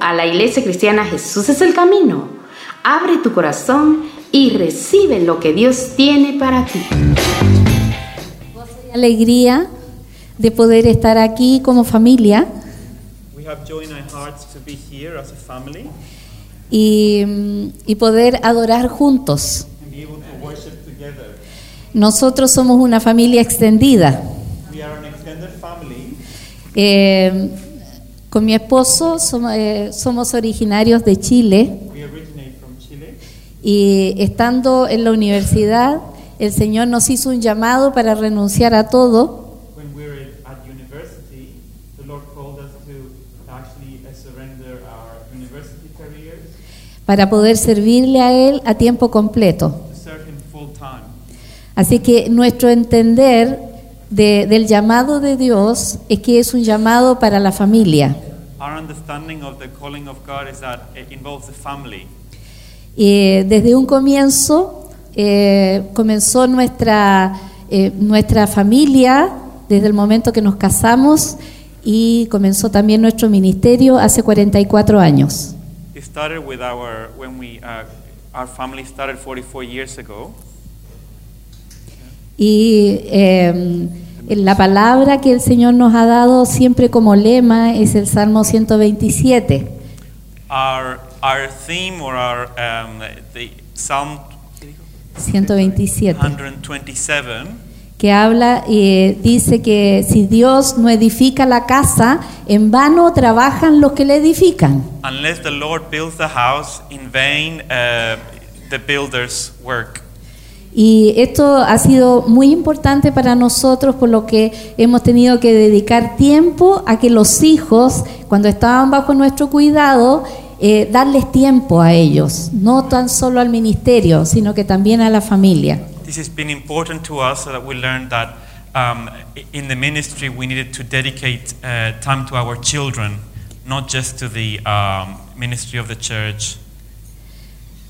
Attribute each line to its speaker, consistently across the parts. Speaker 1: a la iglesia cristiana Jesús es el camino. Abre tu corazón y recibe lo que Dios tiene para ti.
Speaker 2: Alegría de poder estar aquí como familia
Speaker 3: We have joy in our hearts to be here as a family
Speaker 2: y, y poder adorar juntos.
Speaker 3: and be able to worship together.
Speaker 2: Nosotros somos una familia extendida.
Speaker 3: We are an extended family.
Speaker 2: Eh, con mi esposo somos, eh, somos originarios de Chile
Speaker 3: We originate from Chile.
Speaker 2: y estando en la universidad, el Señor nos hizo un llamado para renunciar a todo
Speaker 3: When we were at university, the Lord called us to actually uh, surrender our university careers
Speaker 2: para poder servirle a Él a tiempo completo.
Speaker 3: to serve Him full time.
Speaker 2: Así que nuestro entender de- del llamado de Dios es que es un llamado para la familia.
Speaker 3: Our understanding of the calling of God is that it involves the family.
Speaker 2: Eh, desde un comienzo eh, comenzó nuestra, eh, nuestra familia desde el momento que nos casamos y comenzó también nuestro ministerio hace 44 años.
Speaker 3: It started with our, when we, uh, our family started 44 years ago.
Speaker 2: Y eh, la palabra que el Señor nos ha dado siempre como lema es el Salmo 127.
Speaker 3: Our, our theme or our, um, the Psalm
Speaker 2: 127.
Speaker 3: 127
Speaker 2: que habla y dice que si Dios no edifica la casa, en vano trabajan los que la edifican.
Speaker 3: Unless the Lord builds the house, in vain uh, the builders work.
Speaker 2: Y esto ha sido muy importante para nosotros, por lo que hemos tenido que dedicar tiempo a que los hijos, cuando estaban bajo nuestro cuidado, eh, darles tiempo a ellos, no tan solo al ministerio, sino que también a la familia.
Speaker 3: This has been important to us so that we learned that um, i- in the ministry we needed to dedicate uh, time to our children, not just to the um, ministry of the church.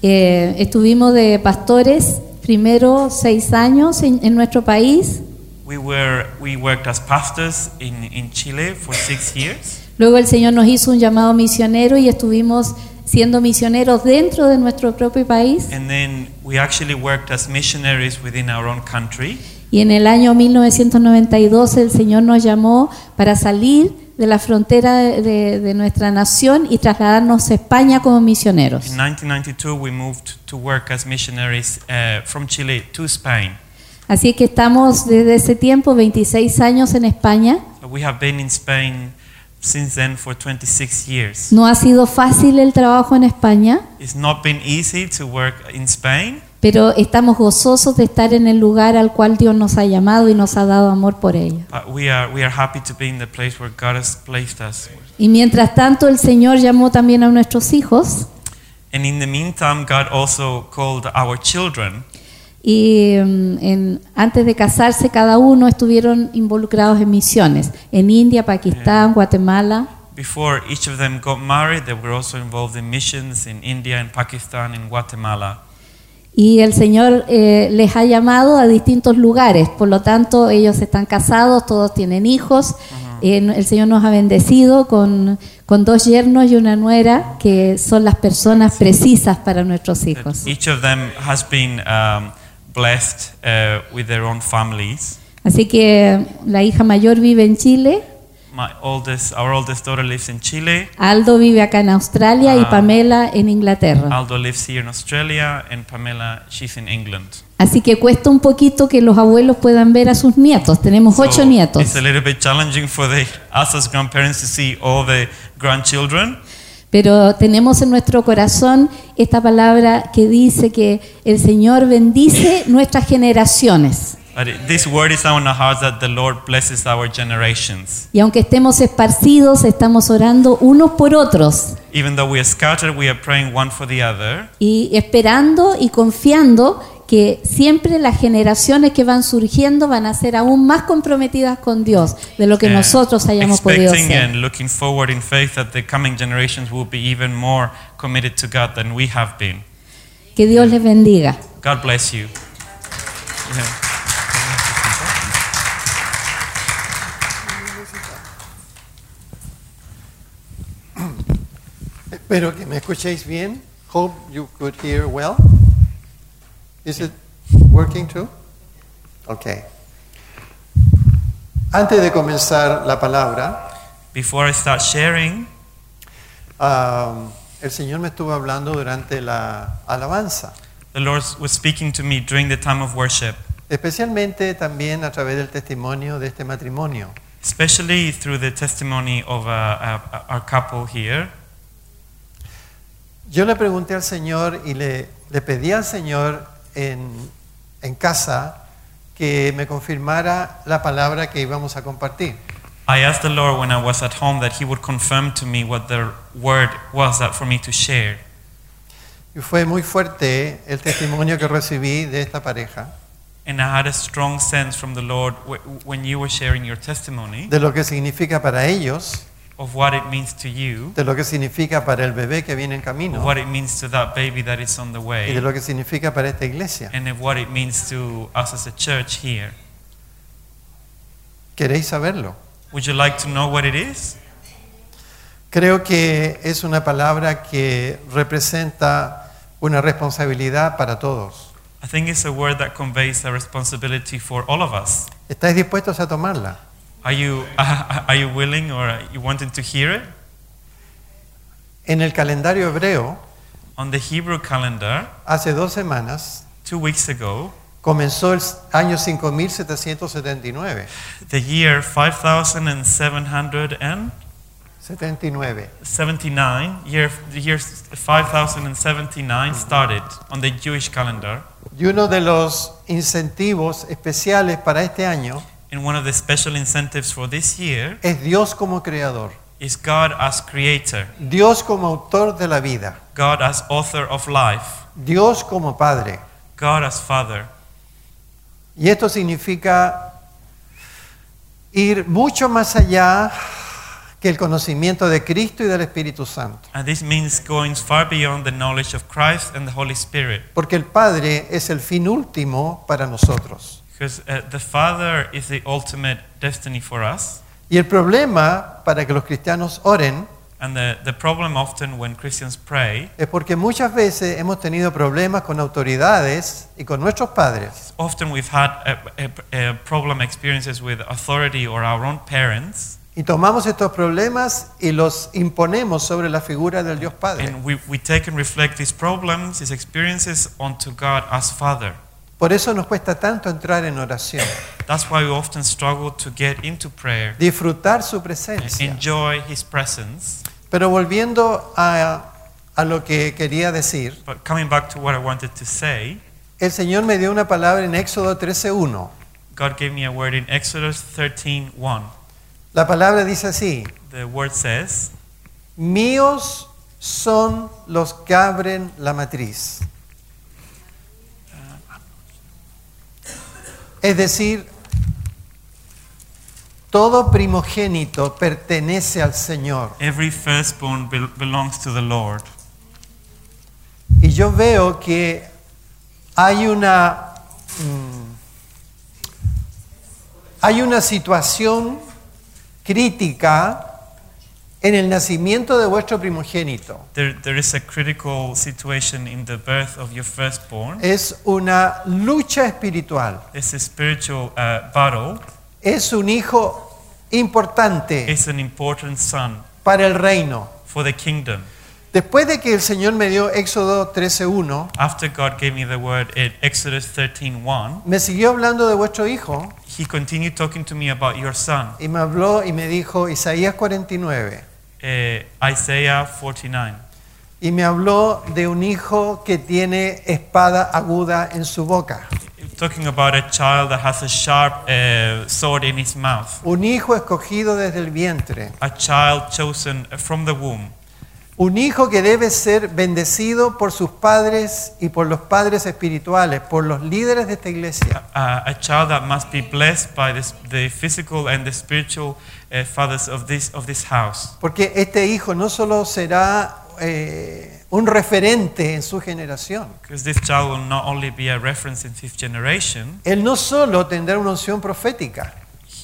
Speaker 2: Eh, estuvimos de pastores primero seis años en- en nuestro país,
Speaker 3: We, were, we worked as pastors in, in Chile for six years.
Speaker 2: Luego el Señor nos hizo un llamado misionero y estuvimos siendo misioneros dentro de nuestro propio país.
Speaker 3: And then we actually worked as missionaries within our own country.
Speaker 2: Y en el año 1992 el Señor nos llamó para salir de la frontera de, de nuestra nación y trasladarnos a España como misioneros.
Speaker 3: In 1992, we moved to work as missionaries uh, from Chile to Spain.
Speaker 2: Así es que estamos desde ese tiempo, 26 años en España.
Speaker 3: So we have been in Spain since then for 26 years.
Speaker 2: No ha sido fácil el trabajo en España,
Speaker 3: It's not been easy to work in Spain,
Speaker 2: pero estamos gozosos de estar en el lugar al cual Dios nos ha llamado y nos ha dado amor por ello.
Speaker 3: but we are, we are happy to be in the place where God has placed us.
Speaker 2: Y mientras tanto el Señor llamó también a nuestros hijos
Speaker 3: And in the meantime, God also called our children.
Speaker 2: y mm, en- antes de casarse cada uno estuvieron involucrados en misiones en India, Pakistán, Guatemala
Speaker 3: Before each of them got married, they were also involved in missions in India and Pakistan and Guatemala.
Speaker 2: y el Señor eh, les ha llamado a distintos lugares, por lo tanto ellos están casados, todos tienen hijos, Eh, el Señor nos ha bendecido con, con dos yernos y una nuera que son las personas precisas para nuestros
Speaker 3: That
Speaker 2: hijos.
Speaker 3: Each of them has been um, blessed uh, with their own families.
Speaker 2: Así que la hija mayor vive en Chile.
Speaker 3: My oldest, our oldest daughter lives in Chile.
Speaker 2: Aldo vive acá en Australia y
Speaker 3: Ah.
Speaker 2: Pamela en Inglaterra.
Speaker 3: Aldo lives here in Australia, and Pamela, she's in England.
Speaker 2: Así que cuesta un poquito que los abuelos puedan ver a sus nietos. Tenemos
Speaker 3: So
Speaker 2: ocho nietos.
Speaker 3: It's a little bit challenging for the, us as grandparents to see all the grandchildren,
Speaker 2: Pero tenemos en nuestro corazón esta palabra que dice que el Señor bendice nuestras generaciones.
Speaker 3: but it, this word is now in our hearts that the Lord blesses our generations.
Speaker 2: Y aunque estemos esparcidos, estamos orando unos por otros
Speaker 3: Even though we are scattered, we are praying one for the other.
Speaker 2: y esperando y confiando que siempre las generaciones que van surgiendo van a ser aún más comprometidas con Dios de lo que
Speaker 3: and
Speaker 2: nosotros hayamos podido
Speaker 3: Eh, expecting
Speaker 2: ser.
Speaker 3: and looking forward in faith that the coming generations will be even more committed to God than we have been.
Speaker 2: Que Dios les bendiga.
Speaker 3: God bless you. Yeah.
Speaker 4: Espero que me escuchéis bien. Hope you could hear well. Is it working too? Okay. Antes de comenzar la palabra,
Speaker 3: Before I start sharing,
Speaker 4: ah, el Señor me estuvo hablando durante la alabanza,
Speaker 3: the Lord was speaking to me during the time of worship,
Speaker 4: especialmente también a través del testimonio de este matrimonio.
Speaker 3: especially through the testimony of uh, uh, our couple here.
Speaker 4: Yo le pregunté al Señor y le, le pedí al Señor en, en casa que me confirmara la palabra que íbamos a compartir.
Speaker 3: I asked the Lord when I was at home that He would confirm to me what the word was that for me to share.
Speaker 4: Y fue muy fuerte el testimonio que recibí de esta pareja,
Speaker 3: And I had a strong sense from the Lord wh- when you were sharing your testimony
Speaker 4: de lo que significa para ellos,
Speaker 3: of what it means to you,
Speaker 4: de lo que significa para el bebé que viene en
Speaker 3: of
Speaker 4: camino
Speaker 3: what it means to that baby that is on the
Speaker 4: y de
Speaker 3: way,
Speaker 4: lo que significa para esta iglesia.
Speaker 3: and of what it means to us as a church here.
Speaker 4: ¿Queréis saberlo?
Speaker 3: Would you like to know what it is?
Speaker 4: Creo que es una palabra que representa una responsabilidad para todos.
Speaker 3: I think it's a word that conveys a responsibility for all of us.
Speaker 4: ¿Estáis dispuestos a tomarla?
Speaker 3: Are you, are you willing or are you wanting to hear it?
Speaker 4: En el calendario hebreo,
Speaker 3: On the Hebrew calendar,
Speaker 4: hace dos semanas,
Speaker 3: two weeks ago,
Speaker 4: comenzó el año 5779.
Speaker 3: the year 5779,
Speaker 4: 79.
Speaker 3: year, the year 5079 started on the Jewish calendar.
Speaker 4: Y uno de los incentivos especiales para este año
Speaker 3: And one of the special incentives for this year
Speaker 4: es Dios como creador,
Speaker 3: is God as creator,
Speaker 4: Dios como autor de la vida,
Speaker 3: God as author of life,
Speaker 4: Dios como padre.
Speaker 3: God as father.
Speaker 4: Y esto significa ir mucho más allá que el conocimiento de Cristo y del Espíritu Santo.
Speaker 3: And this means going far beyond the knowledge of Christ and the Holy Spirit.
Speaker 4: Porque el Padre es el fin último para nosotros.
Speaker 3: Because uh, the Father is the ultimate destiny for us.
Speaker 4: Y el problema para que los cristianos oren
Speaker 3: And the, the problem often when Christians pray,
Speaker 4: es porque muchas veces hemos tenido problemas con autoridades y con nuestros padres.
Speaker 3: often we've had a, a, a problem experiences with authority or our own parents.
Speaker 4: Y tomamos estos problemas y los imponemos sobre la figura del Dios Padre.
Speaker 3: And we, we take and reflect these problems, these experiences onto God as Father.
Speaker 4: Por eso nos cuesta tanto entrar en oración,
Speaker 3: That's why we often struggle to get into prayer,
Speaker 4: disfrutar su presencia.
Speaker 3: enjoy His presence.
Speaker 4: Pero volviendo a, a lo que quería decir,
Speaker 3: But coming back to what I wanted to say,
Speaker 4: el Señor me dio una palabra en Éxodo 13.1.
Speaker 3: God gave me a word in Exodus 13:1.
Speaker 4: La palabra dice así,
Speaker 3: The word says,
Speaker 4: míos son los que abren la matriz. Es decir, todo primogénito pertenece al Señor.
Speaker 3: Every firstborn bel belongs to the Lord.
Speaker 4: Y yo veo que hay una, mm, hay una situación crítica en el nacimiento de vuestro primogénito.
Speaker 3: There, there is a critical situation in the birth of your firstborn.
Speaker 4: Es una lucha espiritual.
Speaker 3: It's a spiritual uh, battle.
Speaker 4: Es un hijo importante
Speaker 3: It's an important son
Speaker 4: para el reino.
Speaker 3: for the kingdom.
Speaker 4: Después de que el Señor me dio Éxodo 13.1,
Speaker 3: After God gave me the word in Exodus 13:1,
Speaker 4: me siguió hablando de vuestro hijo
Speaker 3: He continued talking to me about your son,
Speaker 4: y me habló y me dijo Isaías 49.
Speaker 3: uh, Isaiah 49.
Speaker 4: Y me habló de un hijo que tiene espada aguda en su boca.
Speaker 3: Talking about a child that has a sharp uh, sword in his mouth,
Speaker 4: Un hijo escogido desde el vientre.
Speaker 3: a child chosen from the womb.
Speaker 4: Un hijo que debe ser bendecido por sus padres y por los padres espirituales, por los líderes de esta iglesia.
Speaker 3: uh, a child that must be blessed by this, the physical and the spiritual uh, fathers of this, of this house.
Speaker 4: Porque este hijo no solo será eh, un referente en su generación,
Speaker 3: Because this child will not only be a reference in fifth generation,
Speaker 4: él no solo tendrá una unción profética,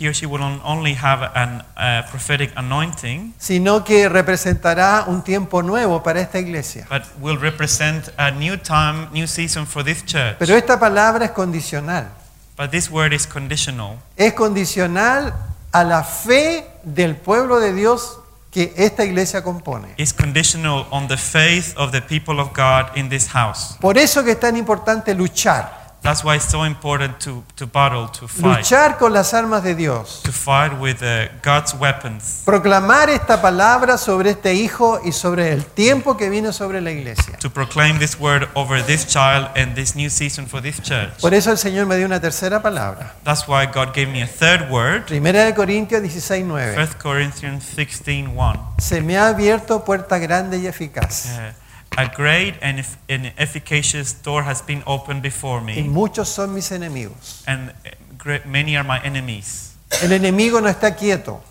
Speaker 3: he or she will on- only have an uh, prophetic anointing,
Speaker 4: sino que representará un tiempo nuevo para esta iglesia.
Speaker 3: but will represent a new time, new season for this church.
Speaker 4: Pero esta palabra es condicional.
Speaker 3: But this word is conditional.
Speaker 4: Es condicional a la fe del pueblo de Dios que esta iglesia compone.
Speaker 3: It's conditional on the faith of the people of God in this house.
Speaker 4: Por eso que es tan importante luchar.
Speaker 3: That's why it's so important to, to battle, to fight,
Speaker 4: Luchar con las armas de Dios.
Speaker 3: to fight with uh, God's weapons,
Speaker 4: Proclamar esta palabra sobre este hijo y sobre el tiempo que viene sobre la iglesia.
Speaker 3: to proclaim this word over this child and this new season for this church.
Speaker 4: Por eso el Señor me dio una tercera palabra.
Speaker 3: That's why God gave me a third word,
Speaker 4: Primera de Corintios 16:9.
Speaker 3: 1 Corinthians 16 1.
Speaker 4: Se me ha abierto puerta grande y eficaz.
Speaker 3: Uh, a great and, eff- and efficacious door has been opened before
Speaker 4: Y
Speaker 3: me,
Speaker 4: muchos son mis enemigos.
Speaker 3: and uh, great, many are my enemies.
Speaker 4: El enemigo no está quieto.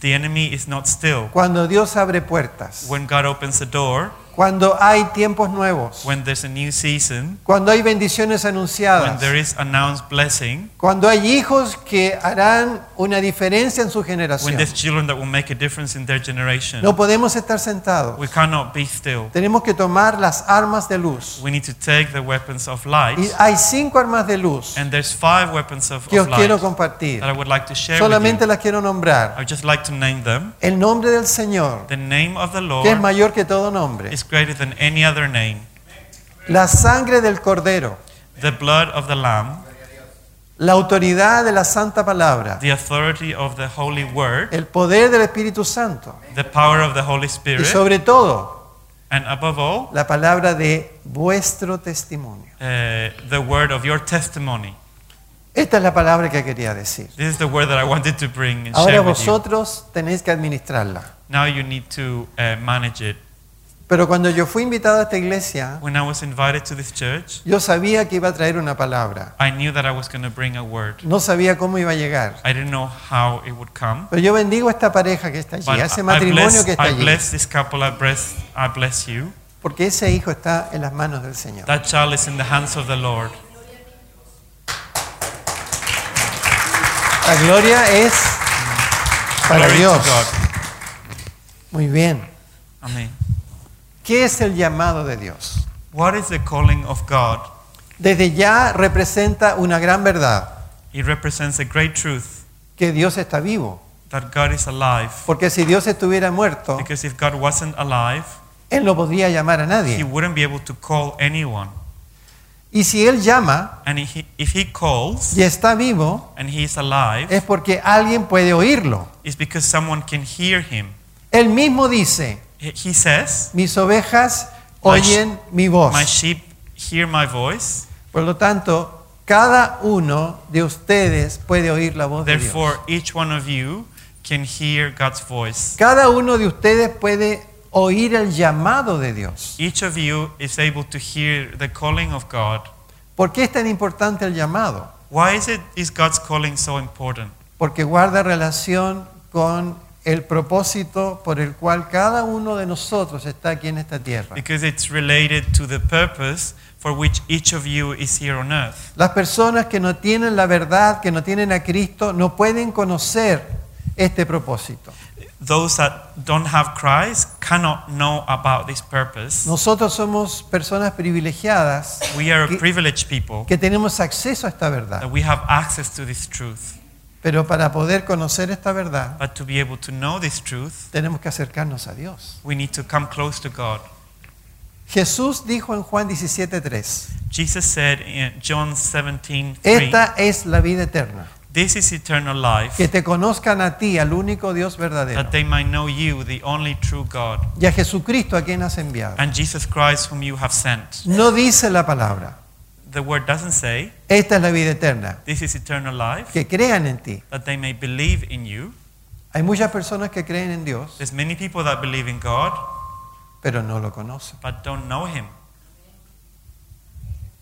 Speaker 3: The enemy is not still.
Speaker 4: Cuando Dios abre puertas,
Speaker 3: When God opens a door,
Speaker 4: cuando hay tiempos nuevos,
Speaker 3: when there's a new season,
Speaker 4: cuando hay bendiciones
Speaker 3: when
Speaker 4: anunciadas,
Speaker 3: there is announced blessing,
Speaker 4: cuando hay hijos que harán una diferencia en su
Speaker 3: when
Speaker 4: generación.
Speaker 3: there's children that will make a difference in their generation,
Speaker 4: No podemos estar sentados.
Speaker 3: we cannot be still.
Speaker 4: Tenemos que tomar las armas de luz.
Speaker 3: We need to take the weapons of
Speaker 4: Y ah,
Speaker 3: light,
Speaker 4: hay cinco armas de luz
Speaker 3: and there's five weapons of,
Speaker 4: que
Speaker 3: of
Speaker 4: os quiero
Speaker 3: light
Speaker 4: compartir.
Speaker 3: that I would like to share with
Speaker 4: Solamente
Speaker 3: you.
Speaker 4: las quiero
Speaker 3: I
Speaker 4: nombrar.
Speaker 3: would just like to name them.
Speaker 4: El nombre del Señor,
Speaker 3: The name of the
Speaker 4: que es
Speaker 3: Lord
Speaker 4: mayor que todo nombre.
Speaker 3: is greater than any other name.
Speaker 4: La sangre del Cordero.
Speaker 3: The blood of the Lamb,
Speaker 4: La autoridad de la Santa Palabra.
Speaker 3: the authority of the Holy Word,
Speaker 4: El poder del Espíritu Santo.
Speaker 3: the power of the Holy
Speaker 4: Y
Speaker 3: Spirit,
Speaker 4: sobre todo,
Speaker 3: and above all,
Speaker 4: la palabra de vuestro testimonio.
Speaker 3: uh, the word of your testimony.
Speaker 4: Esta es la palabra que quería decir.
Speaker 3: This is the word that I wanted to bring and
Speaker 4: Ahora
Speaker 3: share with you.
Speaker 4: vosotros tenéis que administrarla.
Speaker 3: Now you need to uh, manage it.
Speaker 4: Pero cuando yo fui invitado a esta iglesia,
Speaker 3: When I was invited to this church,
Speaker 4: yo sabía que iba a traer una palabra.
Speaker 3: I knew that I was going to bring a word.
Speaker 4: No sabía cómo iba a llegar.
Speaker 3: I didn't know how it would come.
Speaker 4: Pero yo bendigo a esta pareja que está allí,
Speaker 3: But
Speaker 4: a
Speaker 3: I,
Speaker 4: ese
Speaker 3: I
Speaker 4: matrimonio
Speaker 3: bless,
Speaker 4: que está
Speaker 3: I
Speaker 4: allí.
Speaker 3: bless this couple. I bless, I bless you.
Speaker 4: Porque ese hijo está en las manos del Señor.
Speaker 3: That child is in the hands of the Lord.
Speaker 4: La gloria es para
Speaker 3: Glory
Speaker 4: Dios.
Speaker 3: to God.
Speaker 4: Muy bien.
Speaker 3: Amen.
Speaker 4: ¿Qué es el llamado de Dios?
Speaker 3: What is the calling of God?
Speaker 4: Desde ya representa una gran verdad,
Speaker 3: It represents a great truth
Speaker 4: que Dios está vivo.
Speaker 3: that God is alive.
Speaker 4: Porque si Dios estuviera muerto,
Speaker 3: Because if God wasn't alive,
Speaker 4: Él no podría llamar a
Speaker 3: He
Speaker 4: nadie.
Speaker 3: wouldn't be able to call anyone.
Speaker 4: Y si Él llama
Speaker 3: And if He, if he calls
Speaker 4: y está vivo,
Speaker 3: and He is alive,
Speaker 4: es porque alguien puede oírlo.
Speaker 3: it's because someone can hear Him.
Speaker 4: Él mismo dice,
Speaker 3: He- He says,
Speaker 4: mis ovejas
Speaker 3: My
Speaker 4: oyen mi voz.
Speaker 3: My sheep hear my voice.
Speaker 4: Por lo tanto, cada uno de ustedes puede oír la voz de Dios.
Speaker 3: Therefore, each one of you can hear God's voice.
Speaker 4: Cada uno de ustedes puede oír el llamado de Dios.
Speaker 3: Each of you is able to hear the calling of God.
Speaker 4: ¿Por qué es tan importante el llamado?
Speaker 3: Why is it is God's calling so important?
Speaker 4: Porque guarda relación con el propósito por el cual cada uno de nosotros está aquí en esta tierra.
Speaker 3: Because it's related to the purpose for which each of you is here on earth.
Speaker 4: Las personas que no tienen la verdad, que no tienen a Cristo, no pueden conocer este propósito.
Speaker 3: Those that don't have Christ cannot know about this purpose.
Speaker 4: Nosotros somos personas privilegiadas
Speaker 3: We are a
Speaker 4: que-
Speaker 3: privileged people
Speaker 4: que tenemos acceso a esta
Speaker 3: that
Speaker 4: verdad.
Speaker 3: we have access to this truth.
Speaker 4: Pero para poder conocer esta verdad,
Speaker 3: But to be able to know this truth,
Speaker 4: tenemos que acercarnos a Dios.
Speaker 3: we need to come close to God.
Speaker 4: Jesús dijo en Juan 17:3,
Speaker 3: Jesus said in John 17, 3,
Speaker 4: esta es la vida eterna,
Speaker 3: This is eternal life,
Speaker 4: que te conozcan a ti, al único Dios verdadero,
Speaker 3: that they might know you, the only true God,
Speaker 4: y a Jesucristo a quien has enviado.
Speaker 3: and Jesus Christ, whom you have sent.
Speaker 4: No dice la palabra,
Speaker 3: The word doesn't say,
Speaker 4: esta es la vida eterna,
Speaker 3: This is eternal life,
Speaker 4: que crean en ti.
Speaker 3: that they may believe in you.
Speaker 4: Hay muchas personas que creen en Dios,
Speaker 3: There's many people that believe in God,
Speaker 4: pero no lo conocen.
Speaker 3: but don't know Him.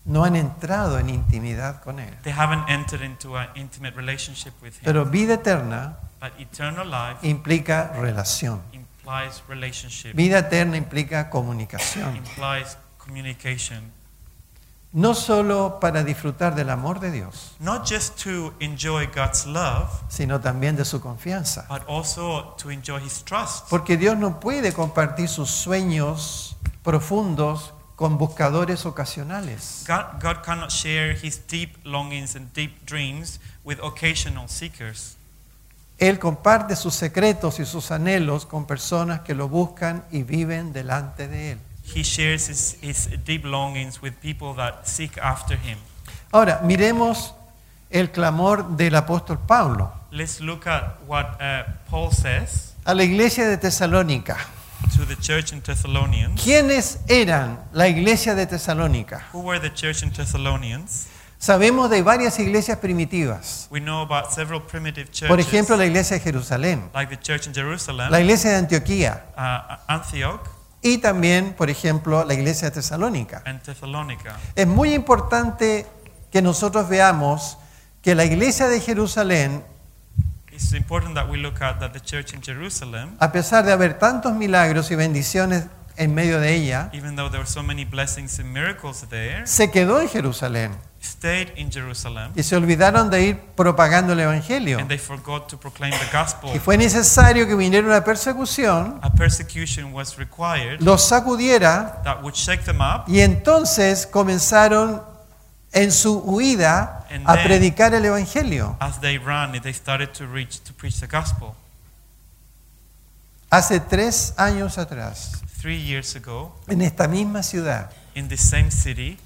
Speaker 4: No han entrado en intimidad con Él.
Speaker 3: They haven't entered into an intimate relationship with Him.
Speaker 4: Pero vida eterna
Speaker 3: But eternal life
Speaker 4: implica relación.
Speaker 3: implies relationship,
Speaker 4: Vida eterna implica comunicación.
Speaker 3: implies communication.
Speaker 4: no solo para disfrutar del amor de Dios,
Speaker 3: not just to enjoy God's love,
Speaker 4: sino también de su confianza.
Speaker 3: but also to enjoy His trust.
Speaker 4: Porque Dios no puede compartir sus sueños profundos con buscadores ocasionales.
Speaker 3: God, God cannot share His deep longings and deep dreams with occasional seekers.
Speaker 4: Él comparte sus secretos y sus anhelos con personas que lo buscan y viven delante de Él.
Speaker 3: He shares his, his deep longings with people that seek after Him.
Speaker 4: Ahora, miremos el clamor del apóstol Pablo
Speaker 3: Let's look at what uh, Paul says
Speaker 4: a la iglesia de Tesalónica.
Speaker 3: to the church in Thessalonians.
Speaker 4: ¿Quiénes eran la iglesia de Tesalónica?
Speaker 3: Who were the church in Thessalonians?
Speaker 4: Sabemos de varias iglesias primitivas.
Speaker 3: We know about several primitive churches,
Speaker 4: Por ejemplo, la iglesia de Jerusalén,
Speaker 3: like the church in Jerusalem,
Speaker 4: la iglesia de Antioquía
Speaker 3: uh, Antioch,
Speaker 4: y también, por ejemplo, la iglesia de Tesalónica.
Speaker 3: and Thessalonica.
Speaker 4: Es muy importante que nosotros veamos que la iglesia de Jerusalén,
Speaker 3: It's important that we look at that the church in Jerusalem,
Speaker 4: a pesar de haber tantos milagros y bendiciones en medio de ella,
Speaker 3: even though there were so many blessings and miracles there,
Speaker 4: se quedó en Jerusalén
Speaker 3: stayed in Jerusalem
Speaker 4: y se olvidaron de ir propagando el Evangelio.
Speaker 3: and they forgot to proclaim the gospel.
Speaker 4: Y fue necesario que viniera una persecución,
Speaker 3: A persecution was required
Speaker 4: los sacudiera
Speaker 3: that would shake them up
Speaker 4: y entonces comenzaron en su huida
Speaker 3: And
Speaker 4: a
Speaker 3: then-
Speaker 4: predicar el Evangelio.
Speaker 3: as they ran they started to reach to preach the gospel
Speaker 4: Hace tres años atrás,
Speaker 3: three years ago
Speaker 4: en esta misma ciudad,
Speaker 3: in the same city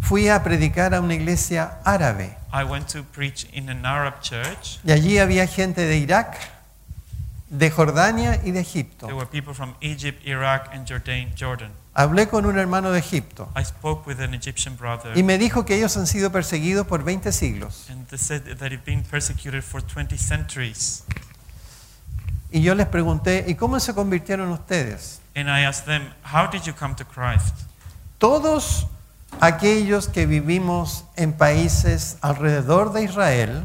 Speaker 4: fui a predicar a una iglesia árabe.
Speaker 3: i went to preach in an arab church
Speaker 4: Y allí había gente de Irak, de Jordania y
Speaker 3: there
Speaker 4: de Egipto.
Speaker 3: were people from egypt iraq and jordan jordan
Speaker 4: Hablé con un hermano de Egipto
Speaker 3: i spoke with an egyptian brother
Speaker 4: y me dijo que ellos han sido perseguidos por 20 siglos.
Speaker 3: and they said that he'd been persecuted for 20 centuries
Speaker 4: Y yo les pregunté, ¿y cómo se convirtieron ustedes?
Speaker 3: and i asked them how did you come to christ
Speaker 4: Todos aquellos que vivimos en países alrededor de Israel,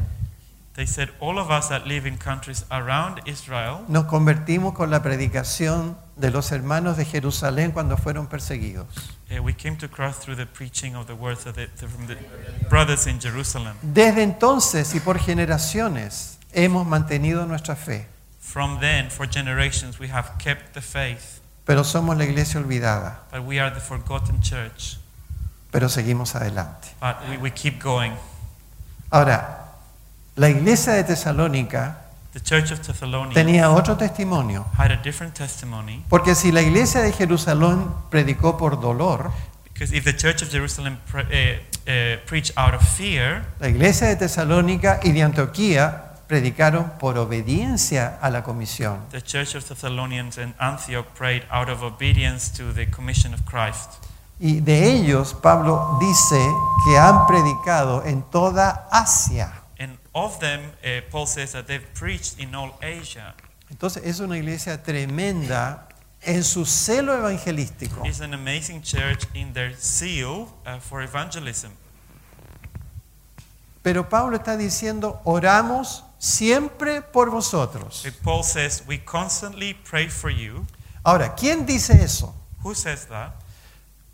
Speaker 3: they said all of us that live in countries around israel
Speaker 4: nos convertimos con la predicación de los hermanos de Jerusalén cuando fueron perseguidos.
Speaker 3: eh, we came to christ through the preaching of the words of the, the, from the brothers in jerusalem
Speaker 4: Desde entonces y por generaciones hemos mantenido nuestra fe,
Speaker 3: From then, for generations, we have kept the faith,
Speaker 4: pero somos la iglesia olvidada.
Speaker 3: but we are the forgotten church.
Speaker 4: pero seguimos adelante.
Speaker 3: But we, we keep going.
Speaker 4: Ahora, la iglesia de Tesalónica
Speaker 3: The church of Thessalonians
Speaker 4: tenía otro testimonio,
Speaker 3: had a different testimony
Speaker 4: porque si la iglesia de Jerusalén predicó por dolor,
Speaker 3: because if the church of Jerusalem pre- uh, uh, preached out of fear,
Speaker 4: la iglesia de Tesalónica y de Antioquía predicaron por obediencia a la comisión.
Speaker 3: the church of Thessalonians and Antioch prayed out of obedience to the commission of Christ.
Speaker 4: Y de ellos Pablo dice que han predicado en toda Asia.
Speaker 3: And of them, uh, Paul says that they've preached in all Asia.
Speaker 4: Entonces es una iglesia tremenda en su celo evangelístico.
Speaker 3: It's an amazing church in their zeal uh, for evangelism.
Speaker 4: Pero Pablo está diciendo, oramos siempre por vosotros.
Speaker 3: But Paul says, We constantly pray for you.
Speaker 4: Ahora, ¿quién dice eso?
Speaker 3: Who says that?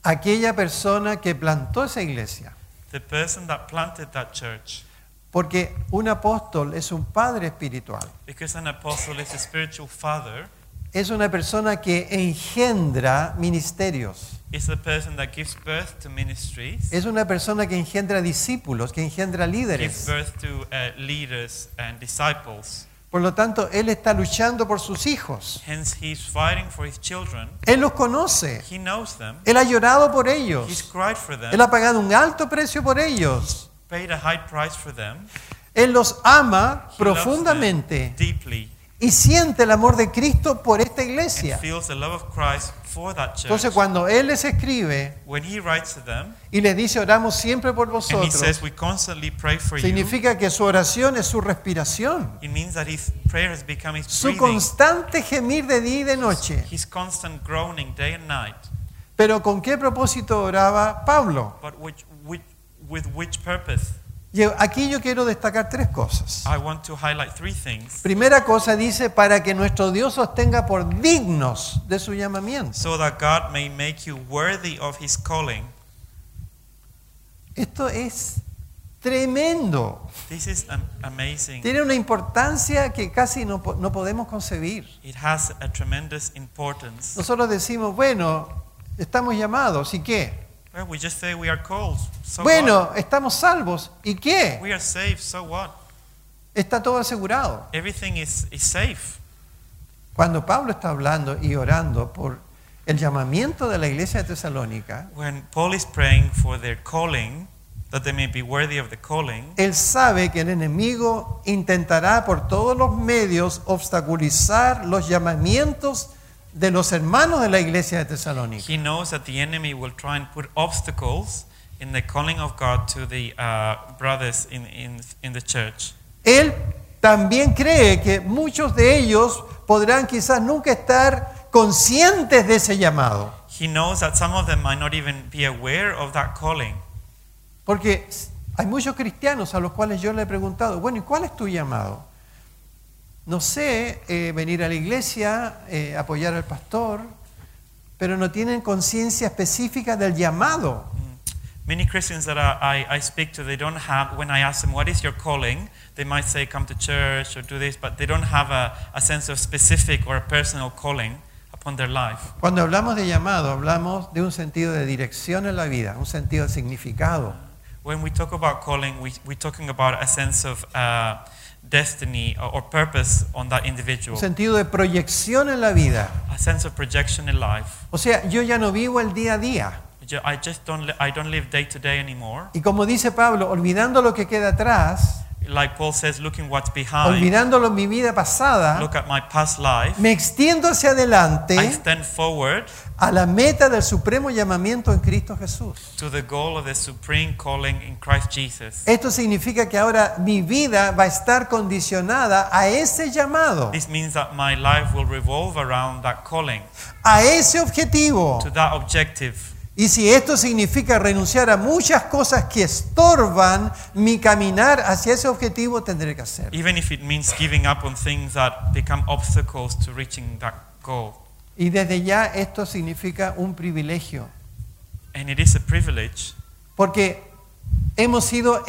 Speaker 4: Aquella persona que plantó esa iglesia.
Speaker 3: The person that planted that church.
Speaker 4: Porque un apóstol es un padre espiritual.
Speaker 3: Because an apostle is a spiritual father,
Speaker 4: Es una persona que engendra ministerios.
Speaker 3: is a person that gives birth to ministries,
Speaker 4: Es una persona que engendra discípulos, que engendra
Speaker 3: gives
Speaker 4: líderes.
Speaker 3: birth to uh, leaders and disciples.
Speaker 4: Por lo tanto, él está luchando por sus hijos.
Speaker 3: Hence, he's fighting for his children.
Speaker 4: Él los conoce.
Speaker 3: He knows them.
Speaker 4: Él ha llorado por
Speaker 3: He's
Speaker 4: ellos.
Speaker 3: cried for
Speaker 4: Él
Speaker 3: them,
Speaker 4: ha pagado un alto precio por ellos.
Speaker 3: paid a high price for them.
Speaker 4: Él los ama
Speaker 3: He loves them
Speaker 4: profundamente
Speaker 3: deeply,
Speaker 4: y siente el amor de Cristo por esta
Speaker 3: and
Speaker 4: iglesia.
Speaker 3: feels the love of Christ for that
Speaker 4: Entonces
Speaker 3: church.
Speaker 4: cuando Él les escribe
Speaker 3: When he writes to them,
Speaker 4: y les dice oramos siempre por
Speaker 3: and he
Speaker 4: vosotros,
Speaker 3: says, We constantly pray for you,
Speaker 4: significa que su oración es su respiración,
Speaker 3: it means that his prayer has become his
Speaker 4: su
Speaker 3: breathing.
Speaker 4: constante gemir de día y de noche.
Speaker 3: His constant groaning day and night.
Speaker 4: Pero ¿con qué propósito oraba Pablo?
Speaker 3: But which, which, with which purpose?
Speaker 4: Y aquí yo quiero destacar tres cosas.
Speaker 3: I want to highlight three things.
Speaker 4: Primera cosa dice, para que nuestro Dios os tenga por dignos de su llamamiento.
Speaker 3: So that God may make you worthy of his calling.
Speaker 4: Esto es tremendo.
Speaker 3: This is am- amazing.
Speaker 4: Tiene una importancia que casi no, po- no podemos concebir.
Speaker 3: It has a tremendous importance.
Speaker 4: Nosotros decimos, bueno, estamos llamados, ¿y qué?
Speaker 3: Well, we just say we are called. So what?
Speaker 4: Bueno, estamos salvos, ¿y qué?
Speaker 3: We are saved. So what?
Speaker 4: Está todo asegurado.
Speaker 3: Everything is, is safe.
Speaker 4: Cuando Pablo está hablando y orando por el llamamiento de la iglesia de Tesalónica,
Speaker 3: When Paul is praying for their calling, that they may be worthy of the calling,
Speaker 4: Él sabe que el enemigo intentará por todos los medios obstaculizar los llamamientos de los hermanos de la iglesia de Tesalónica.
Speaker 3: he knows that the enemy will try and put obstacles in the calling of God to the uh, brothers in, in, in the church.
Speaker 4: Él también cree que muchos de ellos podrán quizás nunca estar conscientes de ese llamado,
Speaker 3: He knows that some of them might not even be aware of that calling.
Speaker 4: porque hay muchos cristianos a los cuales yo le he preguntado, bueno, ¿y cuál es tu llamado? No sé, eh, venir a la iglesia, eh, apoyar al pastor, pero no tienen conciencia específica del llamado.
Speaker 3: Mm. Many Christians that I, I, I speak to, they don't have, when I ask them, what is your calling? They might say, come to church or do this, but they don't have a, a sense of specific or a personal calling upon their life.
Speaker 4: Cuando hablamos de llamado, hablamos de un sentido de dirección en la vida, un sentido de significado.
Speaker 3: When we talk about calling, we, we're talking about a sense of uh, destiny or, or purpose on that individual,
Speaker 4: un sentido de proyección en la vida.
Speaker 3: a sense of projection in life.
Speaker 4: O sea, yo ya no vivo el día a día.
Speaker 3: Ju- I just don't, li- I don't live day to day anymore.
Speaker 4: Y como dice Pablo, olvidando lo que queda atrás,
Speaker 3: Like Paul says, looking what's behind,
Speaker 4: olvidándolo en mi vida pasada,
Speaker 3: look at my past life,
Speaker 4: me extiendo hacia
Speaker 3: I
Speaker 4: adelante
Speaker 3: stand forward
Speaker 4: a la meta del supremo llamamiento en Cristo Jesús.
Speaker 3: to the goal of the supreme calling in Christ Jesus.
Speaker 4: Esto significa que ahora mi vida va a estar condicionada a ese llamado,
Speaker 3: This means that my life will revolve around that calling,
Speaker 4: a ese objetivo.
Speaker 3: to that objective.
Speaker 4: Y si esto significa renunciar a muchas cosas que estorban mi caminar hacia ese objetivo, tendré que hacerlo.
Speaker 3: Even if it means giving up on things that become obstacles to reaching that goal.
Speaker 4: Y desde ya esto significa un privilegio,
Speaker 3: And it is a privilege
Speaker 4: porque hemos sido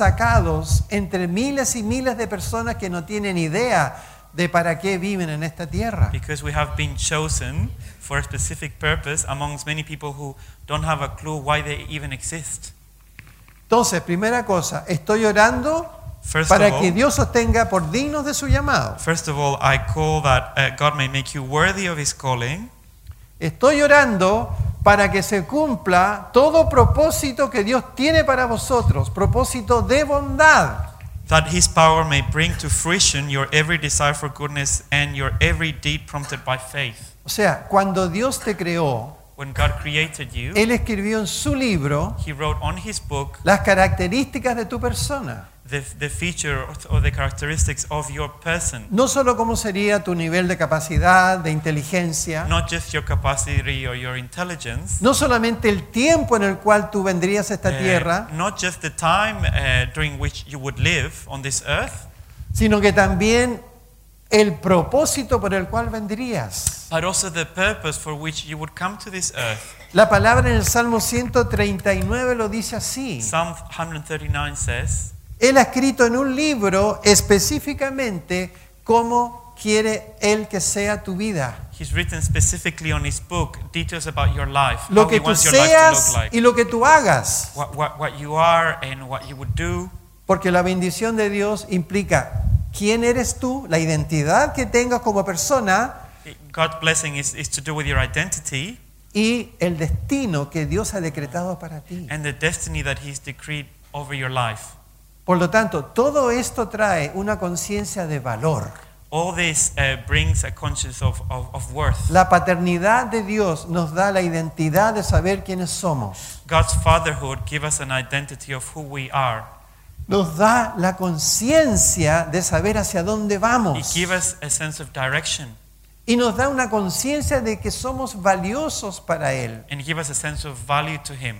Speaker 4: entresacados entre miles y miles de personas que no tienen idea de para qué viven en esta tierra.
Speaker 3: because we have been chosen for a specific purpose amongst many people who don't have a clue why they even exist.
Speaker 4: Entonces, primera cosa, estoy orando
Speaker 3: First of
Speaker 4: para que
Speaker 3: all,
Speaker 4: Dios sostenga por dignos de su llamado.
Speaker 3: first of all, I call that uh, God may make you worthy of His calling.
Speaker 4: Estoy orando para que se cumpla todo propósito que Dios tiene para vosotros, propósito de bondad.
Speaker 3: that his power may bring to fruition your every desire for goodness and your every deed prompted by faith.
Speaker 4: O sea, cuando Dios te creó,
Speaker 3: When God created you,
Speaker 4: Él escribió en su libro
Speaker 3: he wrote on his book
Speaker 4: las características de tu persona,
Speaker 3: the, the feature or th- or the characteristics of your person,
Speaker 4: no solo cómo sería tu nivel de capacidad, de inteligencia,
Speaker 3: not just your capacity or your intelligence,
Speaker 4: no solamente el tiempo en el cual tú vendrías a esta
Speaker 3: uh,
Speaker 4: tierra,
Speaker 3: not just the time uh, during which you would live on this earth,
Speaker 4: sino que también el propósito por el cual vendrías.
Speaker 3: but also the purpose for which you would come to this earth.
Speaker 4: La palabra en el Salmo 139 lo dice así.
Speaker 3: Psalm 139 says,
Speaker 4: Él ha escrito en un libro específicamente cómo quiere Él que sea tu vida.
Speaker 3: He's written specifically on his book details about your life,
Speaker 4: Lo
Speaker 3: how he
Speaker 4: que tú
Speaker 3: wants your life to
Speaker 4: seas
Speaker 3: look like.
Speaker 4: y lo que tú hagas.
Speaker 3: what, what, what you are and what you would do.
Speaker 4: Porque la bendición de Dios implica quién eres tú, la identidad que tengas como persona
Speaker 3: God's blessing is, is to do with your identity
Speaker 4: y el destino que Dios ha decretado para ti.
Speaker 3: and the destiny that He's decreed over your life.
Speaker 4: Por lo tanto, todo esto trae una conciencia de valor.
Speaker 3: All this uh, brings a conscience of, of, of worth.
Speaker 4: La paternidad de Dios nos da la identidad de saber quiénes somos.
Speaker 3: God's fatherhood gives us an identity of who we are.
Speaker 4: nos da la conciencia de saber hacia dónde
Speaker 3: It
Speaker 4: vamos
Speaker 3: gives us a sense of direction
Speaker 4: y nos da una conciencia de que somos valiosos para Él.
Speaker 3: and gives us a sense of value to Him.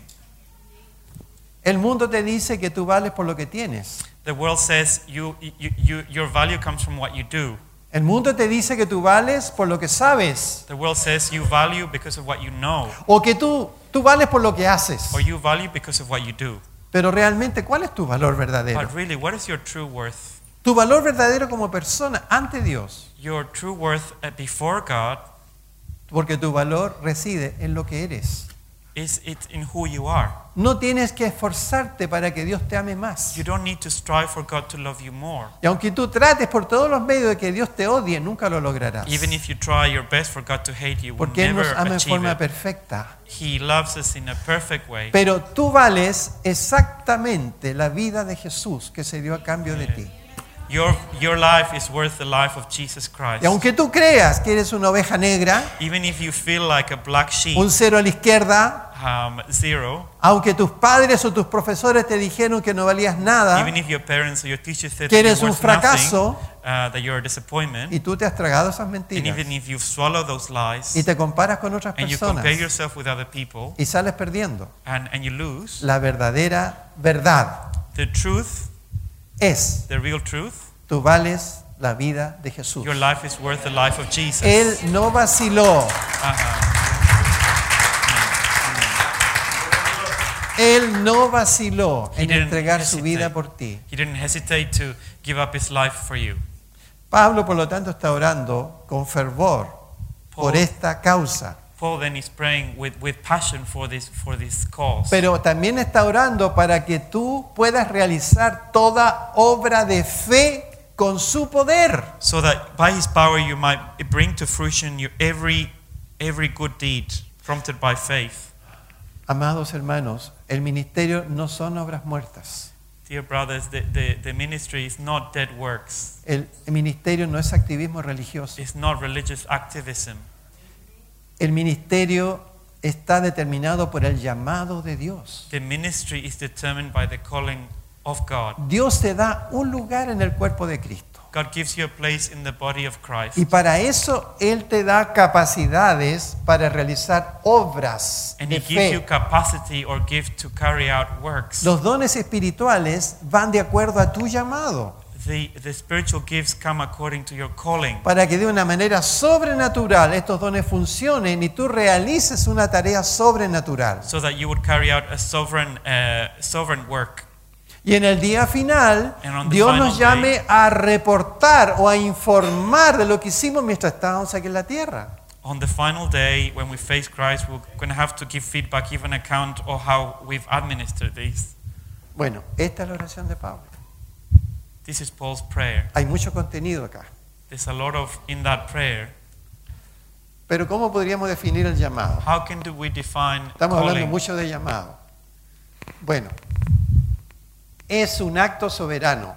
Speaker 4: El mundo te dice que tú vales por lo que tienes.
Speaker 3: The world says you, you, you, your value comes from what you do.
Speaker 4: El mundo te dice que tú vales por lo que sabes
Speaker 3: The world says you value because of what you know,
Speaker 4: o que tú, tú vales por lo que haces.
Speaker 3: or you value because of what you do.
Speaker 4: Pero realmente, ¿cuál es tu valor verdadero?
Speaker 3: But really, what is your true worth?
Speaker 4: Tu valor verdadero como persona ante Dios,
Speaker 3: Your true worth uh, before God
Speaker 4: porque tu valor reside en lo que eres.
Speaker 3: is it in who you are.
Speaker 4: No tienes que esforzarte para que Dios te ame más.
Speaker 3: You don't need to strive for God to love you more.
Speaker 4: Y aunque tú trates por todos los medios de que Dios te odie, nunca lo lograrás.
Speaker 3: Even if you try your best for God to hate you, you will
Speaker 4: Porque Él
Speaker 3: never
Speaker 4: nos ama en
Speaker 3: achieve
Speaker 4: forma
Speaker 3: it.
Speaker 4: perfecta.
Speaker 3: He loves us in a perfect way.
Speaker 4: Pero tú vales exactamente la vida de Jesús que se dio a cambio de ti.
Speaker 3: Your, your life is worth the life of Jesus Christ.
Speaker 4: Y aunque tú creas que eres una oveja negra,
Speaker 3: Even if you feel like a black sheep,
Speaker 4: un cero a la izquierda,
Speaker 3: um, zero,
Speaker 4: aunque tus padres o tus profesores te dijeron que no valías nada
Speaker 3: even if your parents or your teachers said
Speaker 4: Ah. Que
Speaker 3: that you're
Speaker 4: eres un
Speaker 3: worth nothing,
Speaker 4: fracaso.
Speaker 3: uh, that you're a disappointment,
Speaker 4: y tú te has tragado esas
Speaker 3: and
Speaker 4: mentiras
Speaker 3: even if you've swallowed those lies,
Speaker 4: y te comparas con otras
Speaker 3: and you compare
Speaker 4: personas
Speaker 3: yourself with other people,
Speaker 4: y sales perdiendo,
Speaker 3: and, and you lose,
Speaker 4: la verdadera verdad
Speaker 3: the truth,
Speaker 4: es,
Speaker 3: the real truth,
Speaker 4: tú vales la vida de Jesús.
Speaker 3: your life is worth the life of Jesus.
Speaker 4: Él no vaciló,
Speaker 3: Uh-huh.
Speaker 4: Él no vaciló
Speaker 3: He
Speaker 4: en
Speaker 3: didn't
Speaker 4: entregar su
Speaker 3: hesitate.
Speaker 4: vida por ti.
Speaker 3: He didn't hesitate to give up his life for you.
Speaker 4: Pablo, por lo tanto, está orando con fervor por
Speaker 3: Paul-
Speaker 4: esta causa,
Speaker 3: Paul then is praying with, with passion for this, for this cause.
Speaker 4: pero también está orando para que tú puedas realizar toda obra de fe con su poder.
Speaker 3: so that by his power you might bring to fruition your every every good deed prompted by faith
Speaker 4: Amados hermanos, el ministerio no son obras muertas.
Speaker 3: dear brothers the, the, the ministry is not dead works
Speaker 4: El ministerio no es activismo religioso.
Speaker 3: it's not religious activism
Speaker 4: El ministerio está determinado por el llamado de Dios.
Speaker 3: the ministry is determined by the calling of god
Speaker 4: Dios te da un lugar en el cuerpo de Cristo.
Speaker 3: god gives you a place in the body of christ
Speaker 4: Y para eso Él te da capacidades para realizar obras
Speaker 3: and
Speaker 4: de
Speaker 3: he gives you
Speaker 4: fe.
Speaker 3: capacity or gift to carry out works
Speaker 4: Los dones espirituales van de acuerdo a tu llamado,
Speaker 3: the, the spiritual gifts come according to your calling
Speaker 4: para que de una manera sobrenatural estos dones funcionen y tú realices una tarea sobrenatural.
Speaker 3: so that you would carry out a sovereign uh, sovereign work
Speaker 4: Y en el día final,
Speaker 3: And on the
Speaker 4: Dios
Speaker 3: final
Speaker 4: nos llame
Speaker 3: day-
Speaker 4: a reportar o a informar de lo que hicimos mientras estábamos aquí en la tierra.
Speaker 3: On the final day, when we face Christ, we're going to have to give feedback, give an account of how we've administered these.
Speaker 4: Bueno, esta es la oración de Pablo.
Speaker 3: This is Paul's prayer.
Speaker 4: Hay mucho contenido acá.
Speaker 3: There's a lot of in that prayer.
Speaker 4: Pero ¿cómo podríamos definir el llamado?
Speaker 3: How can do we define
Speaker 4: Estamos hablando
Speaker 3: calling?
Speaker 4: mucho de llamado. Bueno, es un acto soberano,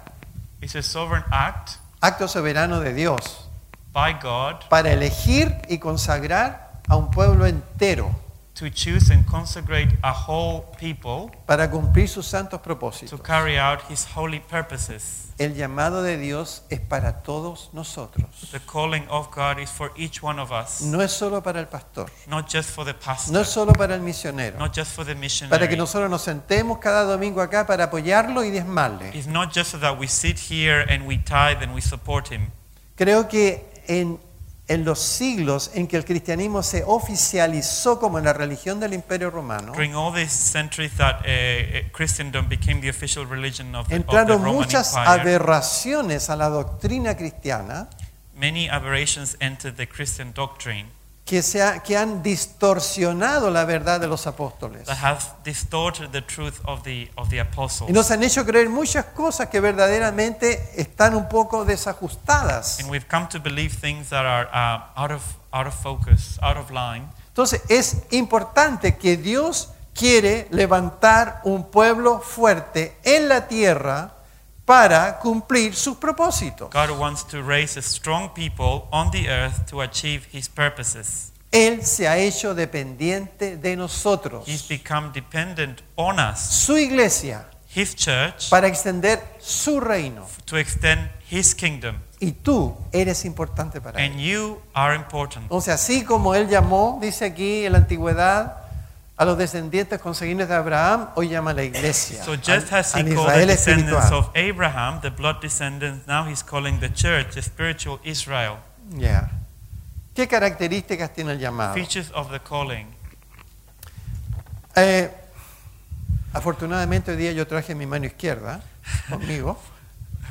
Speaker 3: It's a sovereign act
Speaker 4: acto soberano de Dios,
Speaker 3: by God
Speaker 4: para elegir y consagrar a un pueblo entero
Speaker 3: to choose and consecrate a whole people
Speaker 4: para cumplir sus santos
Speaker 3: to
Speaker 4: propósitos.
Speaker 3: carry out His holy purposes.
Speaker 4: El llamado de Dios es para todos nosotros.
Speaker 3: The calling of God is for each one of us,
Speaker 4: No es solo para el pastor,
Speaker 3: not just for the pastor,
Speaker 4: no es solo para el misionero,
Speaker 3: not just for the missionary.
Speaker 4: para que nosotros nos sentemos cada domingo acá para apoyarlo y diezmarle.
Speaker 3: It's not just so that we sit here and we tithe and we support Him.
Speaker 4: Creo que en, en los siglos en que el cristianismo se oficializó como la religión del Imperio Romano,
Speaker 3: During all these centuries that uh, uh, Christendom became the official religion of the, of the
Speaker 4: entraron
Speaker 3: Roman
Speaker 4: muchas
Speaker 3: Empire,
Speaker 4: aberraciones a la doctrina cristiana
Speaker 3: many aberrations entered the Christian doctrine
Speaker 4: que, se ha- que han distorsionado la verdad de los apóstoles.
Speaker 3: that have distorted the truth of the, of the apostles.
Speaker 4: Y nos han hecho creer muchas cosas que verdaderamente están un poco desajustadas.
Speaker 3: and we've come to believe things that are uh, out, of, out of focus, out of line.
Speaker 4: Entonces es importante que Dios quiere levantar un pueblo fuerte en la tierra para cumplir sus propósitos.
Speaker 3: God wants to raise a strong people on the earth to achieve his purposes.
Speaker 4: Él se ha hecho dependiente de nosotros,
Speaker 3: He's become dependent on us,
Speaker 4: su iglesia,
Speaker 3: his church,
Speaker 4: para extender su reino.
Speaker 3: to extend his kingdom.
Speaker 4: Y tú eres importante para Él.
Speaker 3: And you are important.
Speaker 4: Entonces, así como Él llamó, dice aquí en la antigüedad, a los descendientes consanguíneos de Abraham, hoy llama a la iglesia.
Speaker 3: So just
Speaker 4: al-
Speaker 3: as he
Speaker 4: al
Speaker 3: called the
Speaker 4: Israel
Speaker 3: descendants
Speaker 4: espiritual.
Speaker 3: of Abraham, the blood descendants, now he's calling the church, the spiritual Israel.
Speaker 4: Yeah. ¿Qué características tiene el llamado?
Speaker 3: Features of the calling.
Speaker 4: Eh, Afortunadamente hoy día yo traje mi mano izquierda conmigo.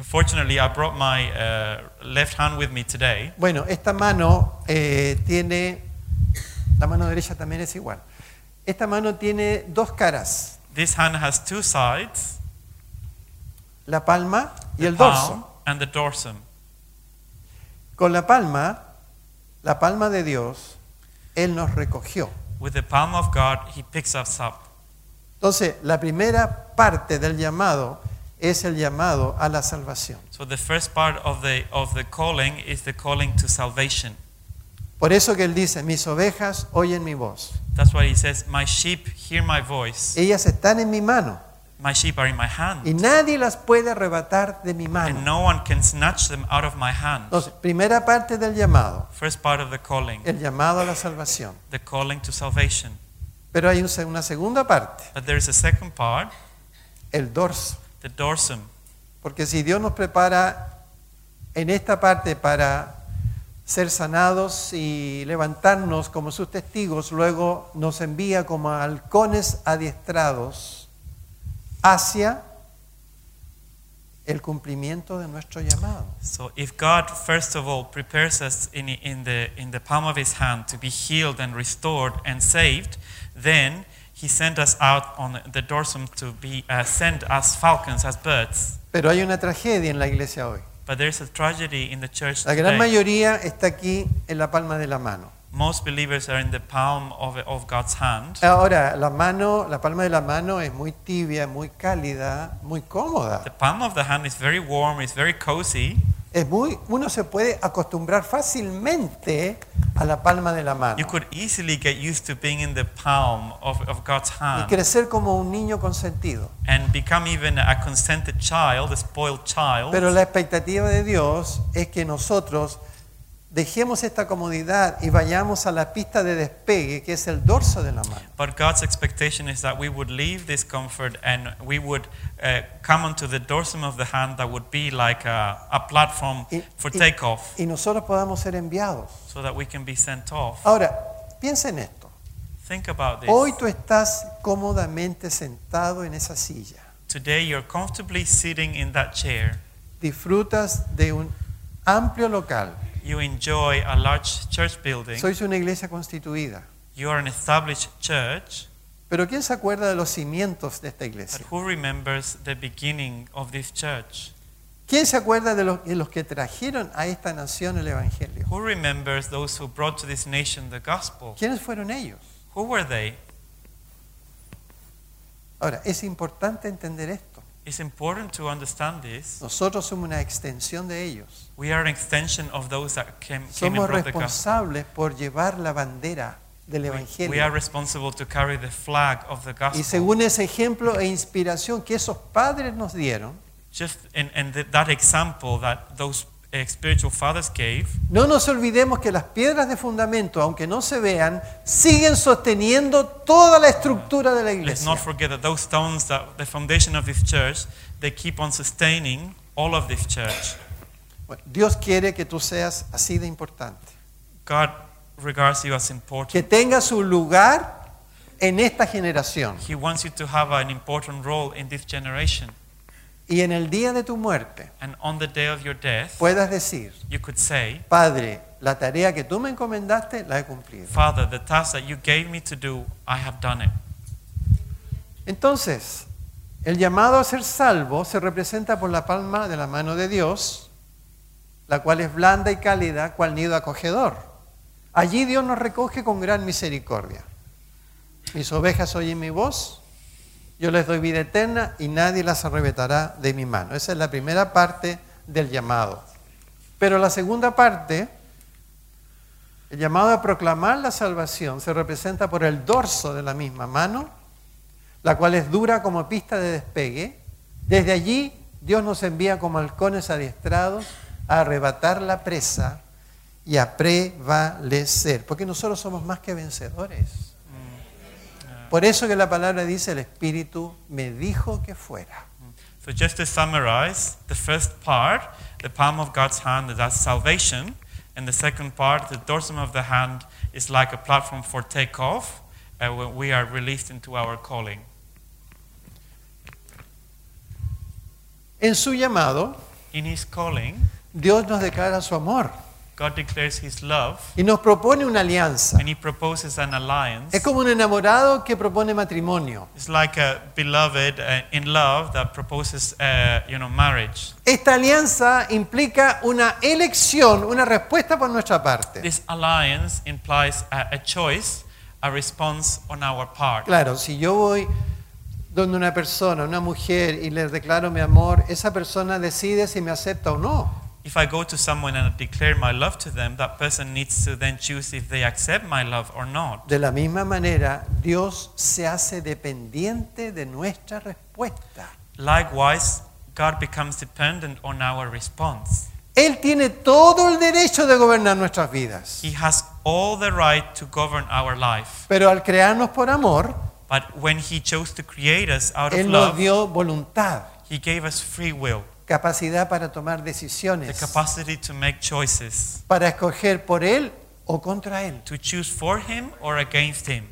Speaker 3: Fortunately, I brought my uh, left hand with me today.
Speaker 4: Bueno, esta mano eh, tiene, la mano derecha también es igual. Esta mano tiene dos caras,
Speaker 3: This hand has two sides,
Speaker 4: la palma y
Speaker 3: the
Speaker 4: el
Speaker 3: palm
Speaker 4: dorso.
Speaker 3: and the dorsum.
Speaker 4: Con la palma, la palma de Dios, Él nos recogió.
Speaker 3: With the palm of God, He picks us up.
Speaker 4: Entonces, la primera parte del llamado es el llamado a la salvación.
Speaker 3: So the first part of the of the calling is the calling to salvation.
Speaker 4: Por eso que Él dice, mis ovejas oyen mi voz.
Speaker 3: That's why He says, "My sheep hear my voice.
Speaker 4: Ellas están en mi mano
Speaker 3: My sheep are in my hand,
Speaker 4: y nadie las puede arrebatar de mi
Speaker 3: and
Speaker 4: mano.
Speaker 3: no one can snatch them out of my hand."
Speaker 4: Entonces, primera parte del llamado,
Speaker 3: First part of the calling,
Speaker 4: el llamado a la salvación.
Speaker 3: the calling to salvation.
Speaker 4: Pero hay un se- una segunda parte,
Speaker 3: But there is a second part,
Speaker 4: el dorso.
Speaker 3: the dorsum.
Speaker 4: Porque si Dios nos prepara en esta parte para ser sanados y levantarnos como sus testigos, luego nos envía como halcones adiestrados hacia el cumplimiento de nuestro llamado.
Speaker 3: So if God first of all prepares us in, in, the, in the palm of his hand to be healed and restored and saved, then he sent us out on the dorsum to be uh, sent as falcons, as birds.
Speaker 4: Pero hay una tragedia en la iglesia hoy.
Speaker 3: But there's a tragedy in the church
Speaker 4: La gran
Speaker 3: today.
Speaker 4: mayoría está aquí en la palma de la mano.
Speaker 3: Most believers are in the palm of, of God's hand.
Speaker 4: Ahora, la mano, la palma de la mano es muy tibia, muy cálida, muy cómoda.
Speaker 3: The palm of the hand is very warm, it's very cozy.
Speaker 4: Es muy, uno se puede acostumbrar fácilmente a la palma de la mano
Speaker 3: You could easily get used to being in the palm of, of God's
Speaker 4: y
Speaker 3: hand
Speaker 4: crecer como un niño consentido.
Speaker 3: and become even a consented child, a spoiled child.
Speaker 4: Pero la expectativa de Dios es que nosotros dejemos esta comodidad y vayamos a la pista de despegue, que es el dorso de la mano.
Speaker 3: But God's expectation is that we would leave this comfort and we would uh, come onto the dorsum of the hand that would be like a, a platform
Speaker 4: Y,
Speaker 3: for
Speaker 4: y-
Speaker 3: takeoff
Speaker 4: y nosotros podamos ser enviados.
Speaker 3: so that we can be sent off.
Speaker 4: Ahora, piensa en esto.
Speaker 3: Think about this.
Speaker 4: Oh, Hoy tú estás cómodamente sentado en esa silla.
Speaker 3: Today you're comfortably sitting in that chair.
Speaker 4: Disfrutas de un amplio local.
Speaker 3: You enjoy a large church building.
Speaker 4: Sois una iglesia constituida.
Speaker 3: you are an established church.
Speaker 4: Pero ¿quién se acuerda de los cimientos de esta
Speaker 3: But
Speaker 4: iglesia?
Speaker 3: who remembers the beginning of this church?
Speaker 4: ¿Quién se acuerda de los, de los que trajeron a esta nación el Evangelio?
Speaker 3: Who remembers those who brought to this nation the gospel?
Speaker 4: ¿Quiénes fueron ellos?
Speaker 3: Who were they?
Speaker 4: Ahora, es importante entender esto.
Speaker 3: It's important to understand this.
Speaker 4: Nosotros somos una extensión de ellos.
Speaker 3: We are an extension of those that came, came and
Speaker 4: Somos
Speaker 3: brought the gospel.
Speaker 4: responsables por llevar la bandera del
Speaker 3: We, we are
Speaker 4: Evangelio.
Speaker 3: responsible to carry the flag of the gospel.
Speaker 4: Y según ese ejemplo e inspiración que esos padres nos dieron,
Speaker 3: Just and, and th- that example that those uh, spiritual fathers gave,
Speaker 4: no nos olvidemos que las piedras de fundamento, aunque no se vean, siguen sosteniendo toda la estructura de la
Speaker 3: let's
Speaker 4: iglesia.
Speaker 3: not forget that those stones that the foundation of this church, they keep on sustaining all of this church.
Speaker 4: Bueno, Dios quiere que tú seas así de importante.
Speaker 3: God regards you as
Speaker 4: Que
Speaker 3: important.
Speaker 4: tengas su lugar en esta generación.
Speaker 3: He wants you to have an important role in this generation.
Speaker 4: Y en el día de tu muerte
Speaker 3: And on the day of your death,
Speaker 4: puedas decir,
Speaker 3: you could say,
Speaker 4: Padre, la tarea que tú me encomendaste la he cumplido.
Speaker 3: Father, the task that you gave me to do, I have done it.
Speaker 4: Entonces, el llamado a ser salvo se representa por la palma de la mano de Dios, la cual es blanda y cálida, cual nido acogedor. Allí Dios nos recoge con gran misericordia. Mis ovejas oyen mi voz, yo les doy vida eterna y nadie las arrebatará de mi mano. Esa es la primera parte del llamado. Pero la segunda parte, el llamado a proclamar la salvación, se representa por el dorso de la misma mano, la cual es dura como pista de despegue. Desde allí Dios nos envía como halcones adiestrados a arrebatar la presa y a prevalecer, porque nosotros somos más que vencedores. Por eso que la palabra dice, el Espíritu me dijo que fuera.
Speaker 3: So just to summarize, the first part, the palm of God's hand, that's salvation, and the second part, the dorsum of the hand, is like a platform for takeoff, uh, when we are released into our calling.
Speaker 4: En su llamado,
Speaker 3: In his calling,
Speaker 4: Dios nos declara su amor
Speaker 3: God declares his love
Speaker 4: y nos propone una alianza.
Speaker 3: and he proposes an alliance.
Speaker 4: Es como un enamorado que propone matrimonio.
Speaker 3: It's like a beloved uh, in love that proposes, uh, you know, marriage.
Speaker 4: Esta alianza implica una elección, una respuesta por nuestra parte.
Speaker 3: This alliance implies a, a choice, a response on our part.
Speaker 4: Claro, si yo voy donde una persona, una mujer, y le declaro mi amor, esa persona decide si me acepta o no.
Speaker 3: If I go to someone and declare my love to them, that person needs to then choose if they accept my love or not.
Speaker 4: De la misma manera, Dios se hace dependiente de nuestra respuesta.
Speaker 3: Likewise, God becomes dependent on our response.
Speaker 4: Él tiene todo el derecho de gobernar nuestras vidas.
Speaker 3: He has all the right to govern our life.
Speaker 4: Pero al crearnos por amor,
Speaker 3: But when He chose to create us out of
Speaker 4: Él nos
Speaker 3: love,
Speaker 4: dio voluntad,
Speaker 3: He gave us free will,
Speaker 4: capacidad para tomar
Speaker 3: the
Speaker 4: decisiones,
Speaker 3: capacity to make choices,
Speaker 4: para escoger por Él o contra Él.
Speaker 3: to choose for Him or against Him.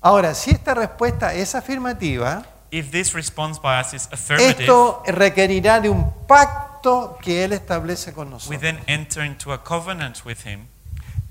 Speaker 4: Ahora, si esta respuesta es afirmativa,
Speaker 3: If this response by us is affirmative,
Speaker 4: esto requerirá de un pacto que Él establece con
Speaker 3: we
Speaker 4: nosotros.
Speaker 3: then enter into a covenant with Him.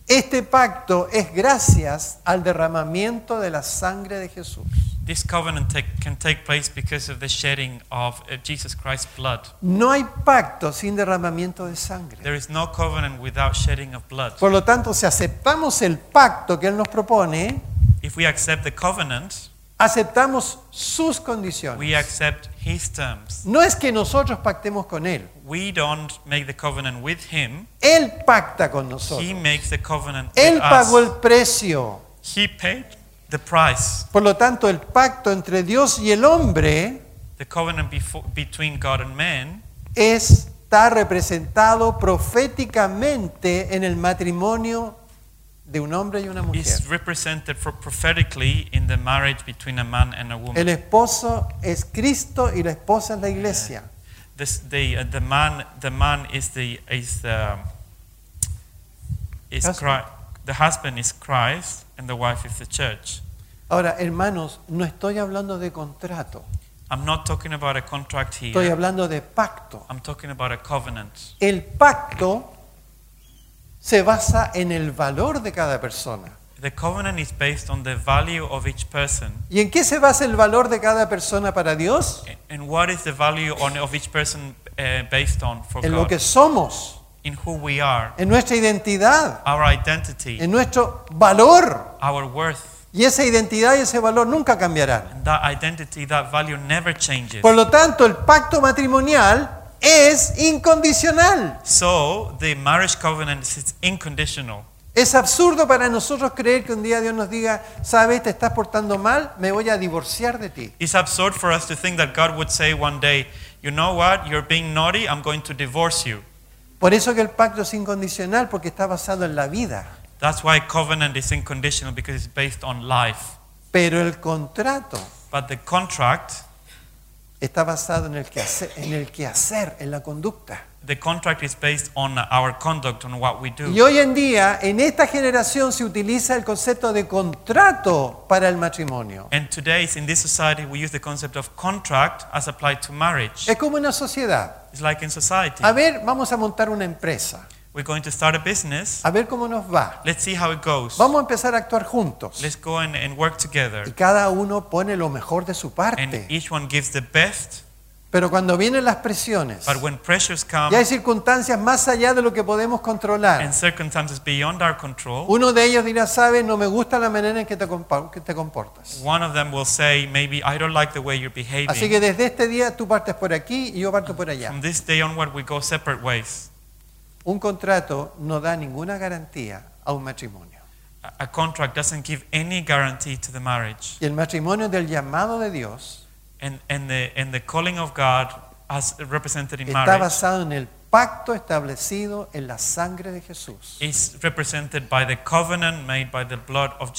Speaker 4: Este pacto es gracias al derramamiento de la sangre de Jesús.
Speaker 3: This covenant take, can take place because of the shedding of uh, Jesus Christ's blood.
Speaker 4: No hay pacto sin derramamiento de sangre.
Speaker 3: There is no covenant without shedding of blood.
Speaker 4: Por lo tanto, si aceptamos el pacto que Él nos propone,
Speaker 3: If we accept the covenant,
Speaker 4: aceptamos sus
Speaker 3: we
Speaker 4: condiciones.
Speaker 3: accept His terms.
Speaker 4: No es que nosotros pactemos con Él.
Speaker 3: We don't make the covenant with Him,
Speaker 4: Él pacta con nosotros.
Speaker 3: He makes the covenant
Speaker 4: Él
Speaker 3: with
Speaker 4: pagó el
Speaker 3: us.
Speaker 4: precio.
Speaker 3: He paid the price.
Speaker 4: Por lo tanto, el pacto entre Dios y el hombre
Speaker 3: The covenant befo- between God and man
Speaker 4: está representado proféticamente en el matrimonio de un hombre y una mujer.
Speaker 3: is represented for prophetically in the marriage between a man and a woman.
Speaker 4: El esposo es Cristo y la esposa es la iglesia.
Speaker 3: This, the, uh, the man the man is the is um, is
Speaker 4: Husband.
Speaker 3: Christ, the husband is Christ and the wife is the church.
Speaker 4: Ahora, hermanos, no estoy hablando de contrato,
Speaker 3: I'm not talking about a contract here.
Speaker 4: estoy hablando de pacto.
Speaker 3: I'm talking about a covenant.
Speaker 4: El pacto se basa en el valor de cada persona.
Speaker 3: The covenant is based on the value of each person.
Speaker 4: ¿Y en qué se basa el valor de cada persona para Dios?
Speaker 3: A- And what is the value on, of each person uh, based on for
Speaker 4: En lo
Speaker 3: God?
Speaker 4: que somos,
Speaker 3: in who we are,
Speaker 4: en nuestra identidad,
Speaker 3: our identity,
Speaker 4: en nuestro valor.
Speaker 3: our worth.
Speaker 4: Y esa identidad y ese valor nunca cambiarán.
Speaker 3: And that identity, that value never changes.
Speaker 4: Por lo tanto, el pacto matrimonial es incondicional.
Speaker 3: So the marriage covenant is unconditional.
Speaker 4: Es absurdo para nosotros creer que un día Dios nos diga, sabes, te estás portando mal, me voy a divorciar de ti.
Speaker 3: It's absurd for us to think that God would say one day, you know what, you're being naughty, I'm going to divorce you.
Speaker 4: Por eso que el pacto es incondicional, porque está basado en la vida.
Speaker 3: That's why covenant is unconditional because it's based on life.
Speaker 4: Pero el contrato
Speaker 3: But the contract,
Speaker 4: está basado en el quehacer, en, el quehacer, en la conducta.
Speaker 3: the contract is based on our conduct, on what we
Speaker 4: Y
Speaker 3: do.
Speaker 4: hoy en día, en esta generación, se utiliza el concepto de contrato para el matrimonio.
Speaker 3: And today, in this society, we use the concept of contract as applied to marriage.
Speaker 4: Es como una sociedad.
Speaker 3: It's like in society.
Speaker 4: A ver, vamos a montar una empresa.
Speaker 3: We're going to start a business.
Speaker 4: A ver cómo nos va.
Speaker 3: Let's see how it goes.
Speaker 4: Vamos a empezar a actuar juntos.
Speaker 3: Let's go and, and work
Speaker 4: Y
Speaker 3: together.
Speaker 4: cada uno pone lo mejor de su
Speaker 3: And
Speaker 4: parte.
Speaker 3: each one gives the best.
Speaker 4: Pero cuando vienen las presiones,
Speaker 3: But when pressures come
Speaker 4: y hay circunstancias más allá de lo que podemos controlar,
Speaker 3: and circumstances beyond our control,
Speaker 4: uno de ellos dirá, sabes, no me gusta la manera en que te, compa- que te comportas.
Speaker 3: one of them will say, maybe I don't like the way you're
Speaker 4: Así
Speaker 3: behaving.
Speaker 4: que desde este día tú partes por aquí y yo parto por allá.
Speaker 3: From this day onward, we go separate ways.
Speaker 4: Un contrato no da ninguna garantía a un matrimonio.
Speaker 3: A- A contract doesn't give any guarantee to the marriage.
Speaker 4: Y el matrimonio del llamado de Dios
Speaker 3: And, and, the, and the calling of God as represented in
Speaker 4: está
Speaker 3: marriage
Speaker 4: basado en el pacto establecido en la sangre de Jesús.
Speaker 3: is represented by the covenant made by the blood of
Speaker 4: Por lo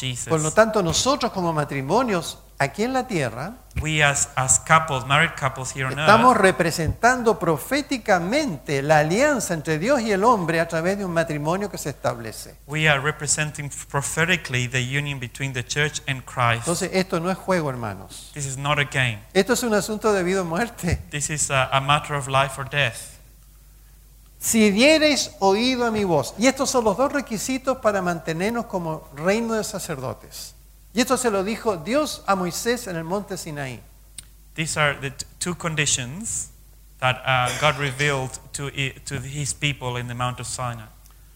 Speaker 3: Jesus.
Speaker 4: tanto, nosotros como matrimonios, aquí en la tierra
Speaker 3: We as, as couples, married couples here on
Speaker 4: estamos
Speaker 3: earth,
Speaker 4: representando proféticamente la alianza entre Dios y el hombre a través de un matrimonio que se establece.
Speaker 3: we are representing prophetically the union between the church and Christ.
Speaker 4: Entonces, esto no es juego, hermanos.
Speaker 3: This is not a game.
Speaker 4: Esto es un asunto de vida o muerte.
Speaker 3: This is a, a matter of life or death.
Speaker 4: Si diereis oído a mi voz. Y estos son los dos requisitos para mantenernos como reino de sacerdotes. Y esto se lo dijo Dios a Moisés en el monte Sinaí.
Speaker 3: These are the t- two conditions that uh, God revealed to, i- to his people in the Mount of Sinai.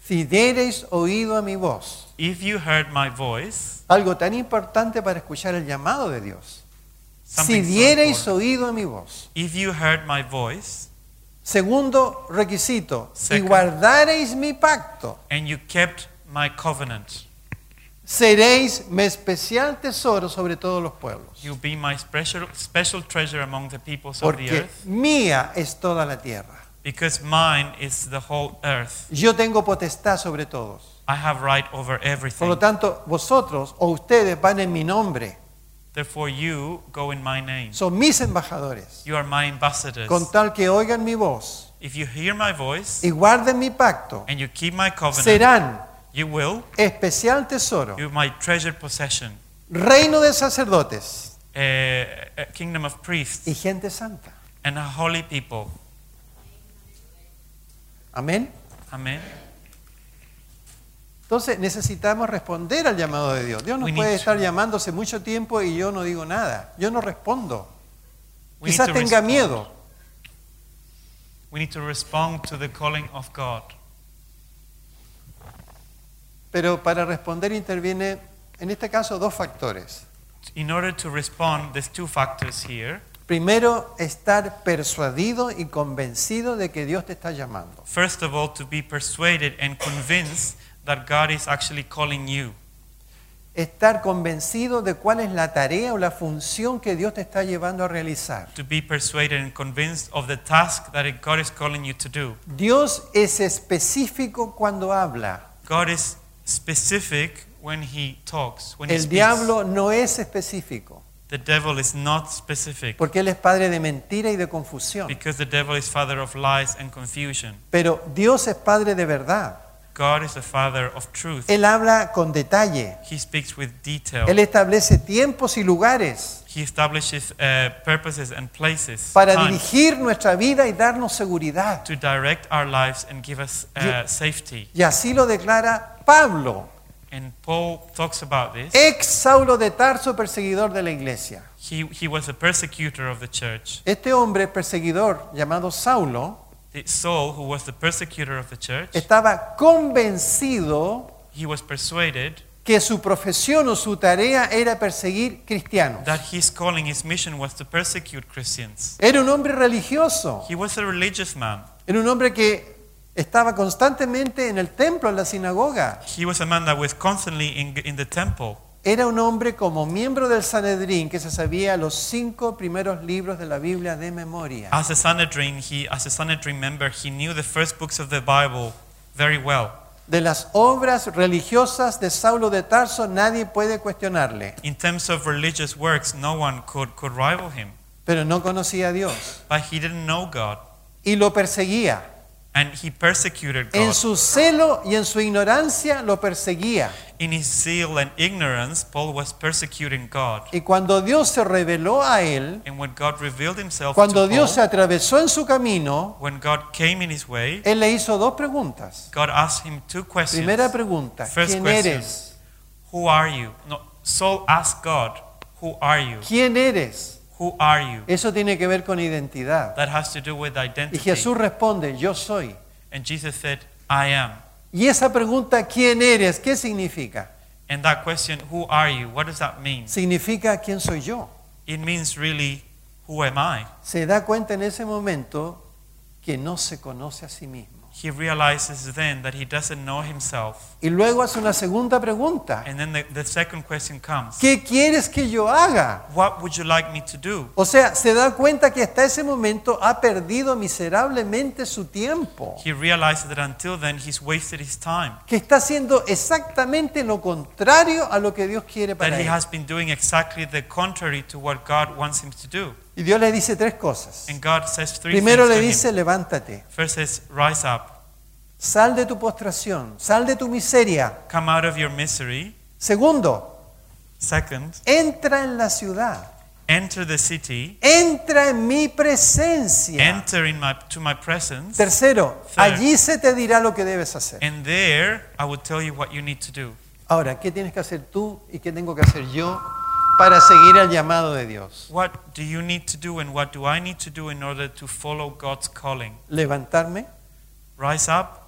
Speaker 4: Si diereis oído a mi voz.
Speaker 3: If you heard my voice,
Speaker 4: Algo tan importante para escuchar el llamado de Dios. Si
Speaker 3: Something so
Speaker 4: diereis
Speaker 3: important.
Speaker 4: oído a mi voz.
Speaker 3: if you heard my voice
Speaker 4: Segundo requisito. Si
Speaker 3: Second.
Speaker 4: guardareis mi pacto,
Speaker 3: and you kept my covenant,
Speaker 4: seréis mi especial tesoro sobre todos los pueblos.
Speaker 3: you'll be my special, special treasure among the peoples of the
Speaker 4: Porque
Speaker 3: earth,
Speaker 4: mía es toda la tierra.
Speaker 3: because mine is the whole earth.
Speaker 4: Yo tengo potestad sobre todos.
Speaker 3: I have right over
Speaker 4: Por
Speaker 3: everything.
Speaker 4: lo tanto, vosotros o ustedes van en mi nombre.
Speaker 3: Therefore, you go in my name.
Speaker 4: Son mis embajadores.
Speaker 3: You are my ambassadors.
Speaker 4: Con tal que oigan mi voz
Speaker 3: If you hear my voice
Speaker 4: y guarden mi pacto,
Speaker 3: and you keep my covenant,
Speaker 4: serán
Speaker 3: you will,
Speaker 4: especial tesoro,
Speaker 3: you my treasured possession,
Speaker 4: reino de sacerdotes
Speaker 3: a, a kingdom of priests
Speaker 4: y gente santa.
Speaker 3: and a holy people.
Speaker 4: Amén.
Speaker 3: Amen.
Speaker 4: Entonces necesitamos responder al llamado de Dios. Dios nos
Speaker 3: We need
Speaker 4: puede
Speaker 3: to-
Speaker 4: estar llamándose mucho tiempo y yo no digo nada. Yo no respondo.
Speaker 3: We need
Speaker 4: Quizás
Speaker 3: to
Speaker 4: tenga
Speaker 3: respond.
Speaker 4: miedo.
Speaker 3: We need to respond to the calling of God.
Speaker 4: Pero para responder interviene, en este caso, dos factores.
Speaker 3: In order to respond, there's two factors here.
Speaker 4: Primero, estar persuadido y convencido de que Dios te está llamando.
Speaker 3: First of all, to be persuaded and convinced that God is actually calling you.
Speaker 4: Estar convencido de cuál es la tarea o la función que Dios te está llevando a realizar.
Speaker 3: To be persuaded and convinced of the task that God is calling you to do.
Speaker 4: Dios es específico cuando habla.
Speaker 3: God is specific when he talks, when he
Speaker 4: El
Speaker 3: speaks.
Speaker 4: diablo no es específico,
Speaker 3: the devil is not specific
Speaker 4: porque él es padre de mentira y de confusión.
Speaker 3: because the devil is father of lies and confusion.
Speaker 4: Pero Dios es padre de verdad.
Speaker 3: God is the father of truth.
Speaker 4: Él habla con detalle.
Speaker 3: he speaks with detail.
Speaker 4: Él establece tiempos y lugares
Speaker 3: he establishes uh, purposes and places
Speaker 4: para
Speaker 3: times,
Speaker 4: dirigir nuestra vida y darnos seguridad.
Speaker 3: to direct our lives and give us uh, safety.
Speaker 4: Y así lo declara Pablo,
Speaker 3: And Paul talks about this.
Speaker 4: ex Saulo de Tarso, perseguidor de la iglesia.
Speaker 3: He, he was a persecutor of the church.
Speaker 4: Este hombre perseguidor llamado Saulo
Speaker 3: The Saul, who was the persecutor of the church,
Speaker 4: estaba convencido
Speaker 3: he was persuaded
Speaker 4: que su profesión o su tarea era perseguir cristianos.
Speaker 3: that his calling, his mission was to persecute Christians.
Speaker 4: Era un hombre religioso,
Speaker 3: He was a religious man.
Speaker 4: era un hombre que estaba constantemente en el templo, en la sinagoga.
Speaker 3: He was a man that was constantly in, in the temple.
Speaker 4: Era un hombre como miembro del Sanedrín que se sabía los cinco primeros libros de la Biblia de memoria.
Speaker 3: As a Sanhedrin, he, as a Sanhedrin member, he knew the first books of the Bible very well.
Speaker 4: De las obras religiosas de Saulo de Tarso nadie puede cuestionarle,
Speaker 3: In terms of religious works, no one could, could rival him.
Speaker 4: pero no conocía a Dios
Speaker 3: But he didn't know God,
Speaker 4: y lo perseguía.
Speaker 3: and he persecuted
Speaker 4: En
Speaker 3: God.
Speaker 4: su celo y en su ignorancia lo perseguía.
Speaker 3: In his zeal and ignorance, Paul was persecuting God.
Speaker 4: Y cuando Dios se reveló a él,
Speaker 3: And when God revealed himself
Speaker 4: cuando
Speaker 3: to
Speaker 4: Dios se
Speaker 3: Paul,
Speaker 4: atravesó en su camino,
Speaker 3: when God came in his way,
Speaker 4: él le hizo dos preguntas.
Speaker 3: God asked him two questions.
Speaker 4: Primera pregunta,
Speaker 3: First
Speaker 4: ¿quién
Speaker 3: question.
Speaker 4: eres?
Speaker 3: Who are you? No, Saul asked God, Who are you?
Speaker 4: ¿Quién eres?
Speaker 3: Who are you?
Speaker 4: Eso tiene que ver con identidad.
Speaker 3: That has to do with
Speaker 4: Y
Speaker 3: identity.
Speaker 4: Jesús responde, yo soy.
Speaker 3: And Jesus said, I am.
Speaker 4: Y esa pregunta, ¿quién eres? ¿Qué significa?
Speaker 3: And that question, Who are you? What does that mean?
Speaker 4: Significa, ¿quién soy yo?
Speaker 3: It means really, Who am I?
Speaker 4: Se da cuenta en ese momento que no se conoce a sí mismo.
Speaker 3: he realizes then that he doesn't know himself.
Speaker 4: Y luego hace una segunda pregunta.
Speaker 3: And then the, the second question comes
Speaker 4: ¿Qué quieres que yo haga?
Speaker 3: What would you like me to do?
Speaker 4: O sea, se da cuenta que hasta ese momento ha perdido miserablemente su tiempo.
Speaker 3: He realizes that until then he's wasted his time,
Speaker 4: Que está haciendo exactamente lo contrario a lo que Dios quiere
Speaker 3: that
Speaker 4: para
Speaker 3: he
Speaker 4: él.
Speaker 3: has been doing exactly the contrary to what God wants him to do.
Speaker 4: Y Dios le dice tres cosas.
Speaker 3: And God says three
Speaker 4: Primero
Speaker 3: things
Speaker 4: le
Speaker 3: to him.
Speaker 4: dice, levántate,
Speaker 3: First says, rise up,
Speaker 4: sal de tu postración, sal de tu miseria.
Speaker 3: come out of your misery.
Speaker 4: Segundo,
Speaker 3: Second,
Speaker 4: entra en la ciudad,
Speaker 3: enter the city,
Speaker 4: entra en mi presencia.
Speaker 3: enter in my, to my presence,
Speaker 4: Tercero,
Speaker 3: Third.
Speaker 4: allí se te dirá lo que debes hacer.
Speaker 3: and there I will tell you what you need to do.
Speaker 4: Ahora, ¿qué tienes que hacer tú y qué tengo que hacer yo para seguir al llamado de Dios?
Speaker 3: What do you need to do and what do I need to do in order to follow God's calling?
Speaker 4: Levantarme,
Speaker 3: Rise up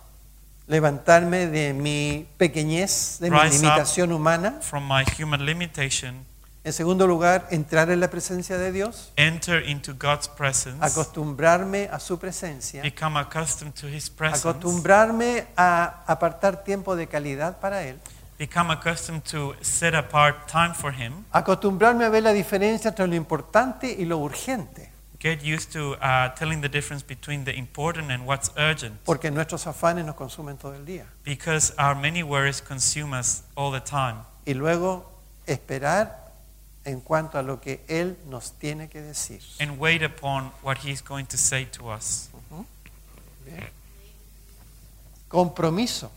Speaker 4: levantarme de mi pequeñez, de mi
Speaker 3: Rise up.
Speaker 4: limitación humana.
Speaker 3: from my human limitation,
Speaker 4: En segundo lugar, entrar en la presencia de Dios,
Speaker 3: enter into God's presence,
Speaker 4: acostumbrarme a su presencia.
Speaker 3: become accustomed to His presence,
Speaker 4: acostumbrarme a apartar tiempo de calidad para Él,
Speaker 3: become accustomed to set apart time for Him,
Speaker 4: acostumbrarme a ver la diferencia entre lo importante y lo urgente,
Speaker 3: get used to uh, telling the difference between the important and what's urgent,
Speaker 4: porque nuestros afanes nos consumen todo el día.
Speaker 3: because our many worries consume us all the time.
Speaker 4: Y luego esperar en cuanto a lo que Él nos tiene que decir.
Speaker 3: and wait upon what he's going to say to us.
Speaker 4: Compromiso.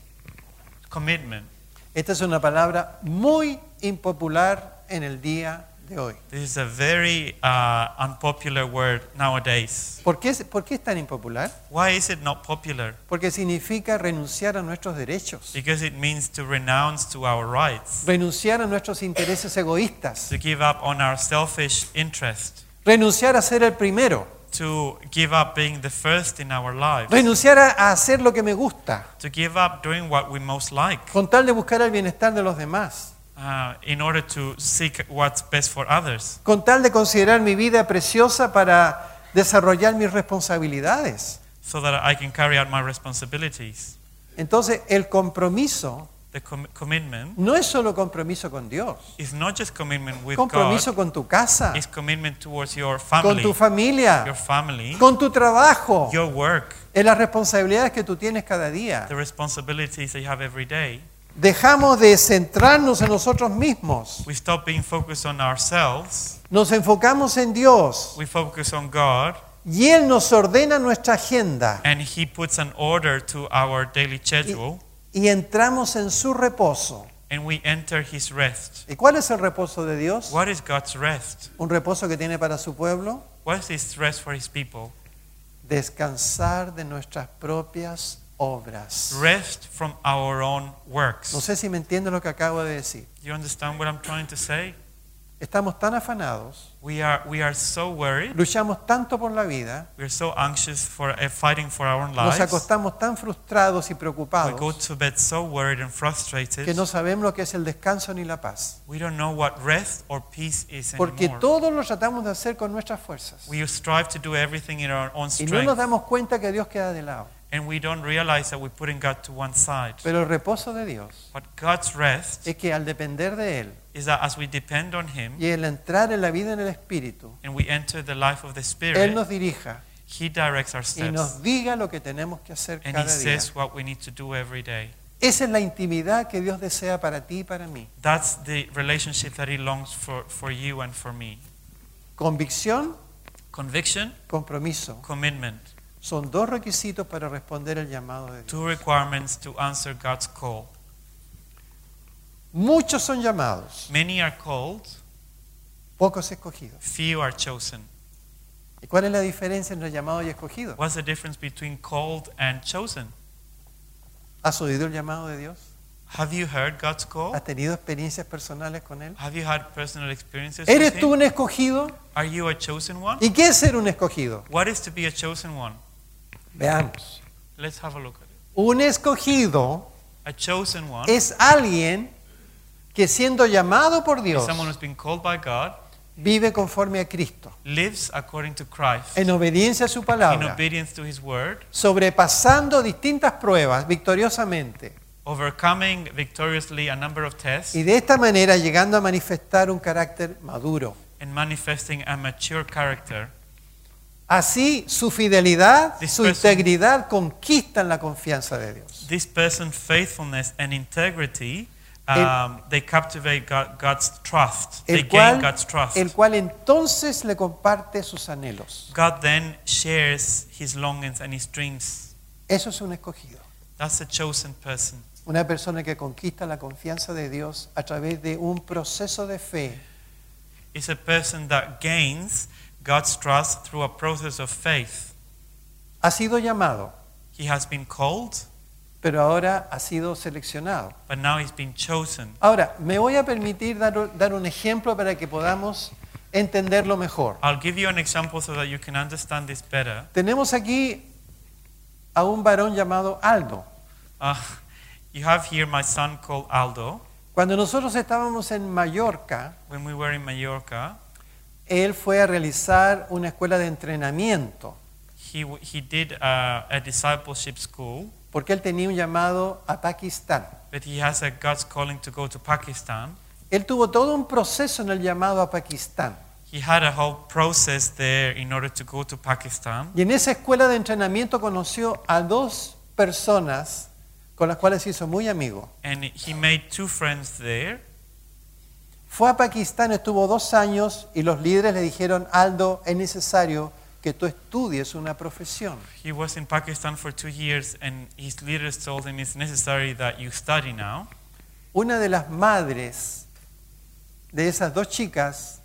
Speaker 3: Commitment.
Speaker 4: Esta es una palabra muy impopular en el día de hoy.
Speaker 3: This is a very uh, unpopular word nowadays.
Speaker 4: ¿Por qué, es- ¿Por qué es tan impopular?
Speaker 3: Why is it not popular?
Speaker 4: Porque significa renunciar a nuestros derechos,
Speaker 3: Because it means to renounce to our rights,
Speaker 4: renunciar a nuestros intereses egoístas,
Speaker 3: to give up on our selfish interest,
Speaker 4: renunciar a ser el primero,
Speaker 3: to give up being the first in our lives,
Speaker 4: renunciar a, a hacer lo que me gusta,
Speaker 3: to give up doing what we most like
Speaker 4: con tal de buscar el bienestar de los demás,
Speaker 3: uh, in order to seek what's best for others,
Speaker 4: con tal de considerar mi vida preciosa para desarrollar mis responsabilidades.
Speaker 3: so that I can carry out my responsibilities.
Speaker 4: Entonces, el compromiso
Speaker 3: The com- commitment
Speaker 4: no es solo compromiso con Dios,
Speaker 3: is not just commitment with God.
Speaker 4: compromiso con tu casa,
Speaker 3: is commitment towards your
Speaker 4: con
Speaker 3: family,
Speaker 4: tu
Speaker 3: your
Speaker 4: familia,
Speaker 3: family,
Speaker 4: con tu trabajo,
Speaker 3: your work,
Speaker 4: en las responsabilidades que tú tienes cada día.
Speaker 3: the responsibilities that you have every day.
Speaker 4: Dejamos de centrarnos en nosotros mismos,
Speaker 3: We stop being focused on ourselves.
Speaker 4: nos enfocamos en Dios
Speaker 3: We focus on God,
Speaker 4: y Él nos ordena nuestra agenda.
Speaker 3: and He puts an order to our daily schedule,
Speaker 4: y entramos en su reposo.
Speaker 3: and we enter His rest.
Speaker 4: ¿Y cuál es el reposo de Dios?
Speaker 3: What is God's rest?
Speaker 4: Un reposo que tiene para su pueblo.
Speaker 3: What is His rest for His people?
Speaker 4: Descansar de nuestras propias obras.
Speaker 3: Rest from our own
Speaker 4: No
Speaker 3: works.
Speaker 4: sé si me entienden lo que acabo de decir.
Speaker 3: You understand what I'm trying to say?
Speaker 4: Estamos tan afanados,
Speaker 3: We are, we are so worried.
Speaker 4: luchamos tanto por la vida,
Speaker 3: We are so anxious for uh, fighting for our own
Speaker 4: nos
Speaker 3: lives.
Speaker 4: acostamos tan frustrados
Speaker 3: We
Speaker 4: y
Speaker 3: go
Speaker 4: preocupados
Speaker 3: to bed so worried and
Speaker 4: que
Speaker 3: frustrated.
Speaker 4: no sabemos lo que es el descanso ni la paz.
Speaker 3: We don't know what rest or peace is
Speaker 4: Porque
Speaker 3: anymore.
Speaker 4: todo lo tratamos de hacer con nuestras fuerzas.
Speaker 3: We strive to do everything in our own
Speaker 4: Y no nos
Speaker 3: strength,
Speaker 4: damos cuenta que Dios queda de lado.
Speaker 3: and we don't realize that we're putting God to one side.
Speaker 4: Pero el reposo de Dios
Speaker 3: But God's rest
Speaker 4: es que al depender de Él,
Speaker 3: is that as we depend on Him
Speaker 4: y el entrar en la vida en el Espíritu,
Speaker 3: and we enter the life of the
Speaker 4: Él
Speaker 3: Spirit,
Speaker 4: nos dirija
Speaker 3: He directs our
Speaker 4: y
Speaker 3: steps
Speaker 4: nos diga lo que tenemos que hacer
Speaker 3: and He
Speaker 4: cada día.
Speaker 3: says what we need to do every day.
Speaker 4: Esa es la intimidad que Dios desea para ti y para mí.
Speaker 3: That's the relationship that He longs for for you and for me.
Speaker 4: Convicción,
Speaker 3: Conviction,
Speaker 4: compromiso.
Speaker 3: commitment,
Speaker 4: Son dos requisitos para responder al llamado de Dios.
Speaker 3: two requirements to answer God's call.
Speaker 4: Muchos son llamados,
Speaker 3: Many are called,
Speaker 4: pocos escogidos.
Speaker 3: few are chosen.
Speaker 4: ¿Y cuál es la diferencia entre llamado y escogido?
Speaker 3: What's the difference between called and chosen?
Speaker 4: ¿Has oído el llamado de Dios?
Speaker 3: Have you heard God's call?
Speaker 4: ¿Has tenido experiencias personales con Él?
Speaker 3: Have you had personal experiences? with
Speaker 4: ¿Eres
Speaker 3: Him?
Speaker 4: tú un escogido?
Speaker 3: Are you a chosen one?
Speaker 4: ¿Y qué es ser un escogido?
Speaker 3: What is to be a chosen one?
Speaker 4: Veamos.
Speaker 3: Let's have a look at it.
Speaker 4: Un escogido
Speaker 3: A chosen one
Speaker 4: es alguien que siendo llamado por
Speaker 3: is
Speaker 4: Dios
Speaker 3: someone who's been called by God
Speaker 4: vive conforme a Cristo,
Speaker 3: lives according to Christ,
Speaker 4: en obediencia a su
Speaker 3: in
Speaker 4: palabra,
Speaker 3: obedience to his word,
Speaker 4: sobrepasando distintas pruebas victoriosamente
Speaker 3: overcoming victoriously a number of tests,
Speaker 4: y de esta manera llegando a manifestar un carácter maduro.
Speaker 3: and manifesting a mature character.
Speaker 4: Así su fidelidad,
Speaker 3: This
Speaker 4: su
Speaker 3: person-
Speaker 4: integridad conquistan la confianza de Dios.
Speaker 3: This person's faithfulness and integrity, um, they captivate God, God's trust. They
Speaker 4: El
Speaker 3: gain
Speaker 4: cual,
Speaker 3: God's trust.
Speaker 4: el cual entonces le comparte sus anhelos.
Speaker 3: God then shares his longings and his dreams.
Speaker 4: Eso es un escogido.
Speaker 3: That's a chosen person.
Speaker 4: Una persona que conquista la confianza de Dios a través de un proceso de fe
Speaker 3: It's a person that gains God's trust through a process of faith.
Speaker 4: ha sido llamado,
Speaker 3: He has been called,
Speaker 4: pero ahora ha sido seleccionado.
Speaker 3: but now he's been chosen.
Speaker 4: Ahora, me voy a permitir dar, dar un ejemplo para que podamos entenderlo mejor.
Speaker 3: I'll give you an example so that you can understand this better.
Speaker 4: Tenemos aquí a un varón llamado Aldo.
Speaker 3: Uh, you have here my son called Aldo.
Speaker 4: Cuando nosotros estábamos en Mallorca,
Speaker 3: When we were in Mallorca,
Speaker 4: él fue a realizar una escuela de entrenamiento,
Speaker 3: he, w- he did uh, a discipleship school,
Speaker 4: porque él tenía un llamado a Pakistán.
Speaker 3: but he has a God's calling to go to Pakistan.
Speaker 4: Él tuvo todo un proceso en el llamado a Pakistán.
Speaker 3: He had a whole process there in order to go to Pakistan.
Speaker 4: Y en esa escuela de entrenamiento conoció a dos personas con las cuales se hizo muy amigo.
Speaker 3: And he made two friends there.
Speaker 4: Fue a Pakistán, estuvo dos años y los líderes le dijeron, Aldo, es necesario que tú estudies una profesión.
Speaker 3: He was in Pakistan for two years, and his leaders told him it's necessary that you study now.
Speaker 4: Una de las madres de esas dos chicas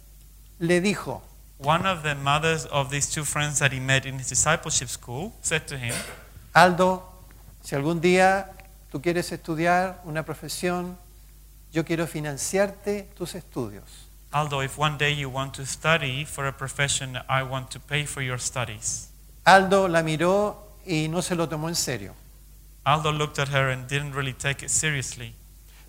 Speaker 4: le dijo,
Speaker 3: One of the mothers of these two friends that he met in his discipleship school said to him,
Speaker 4: Aldo, si algún día tú quieres estudiar una profesión, yo quiero financiarte tus estudios.
Speaker 3: Aldo, if one day you want to study for a profession, I want to pay for your studies.
Speaker 4: Aldo la miró y no se lo tomó en serio.
Speaker 3: Aldo looked at her and didn't really take it seriously.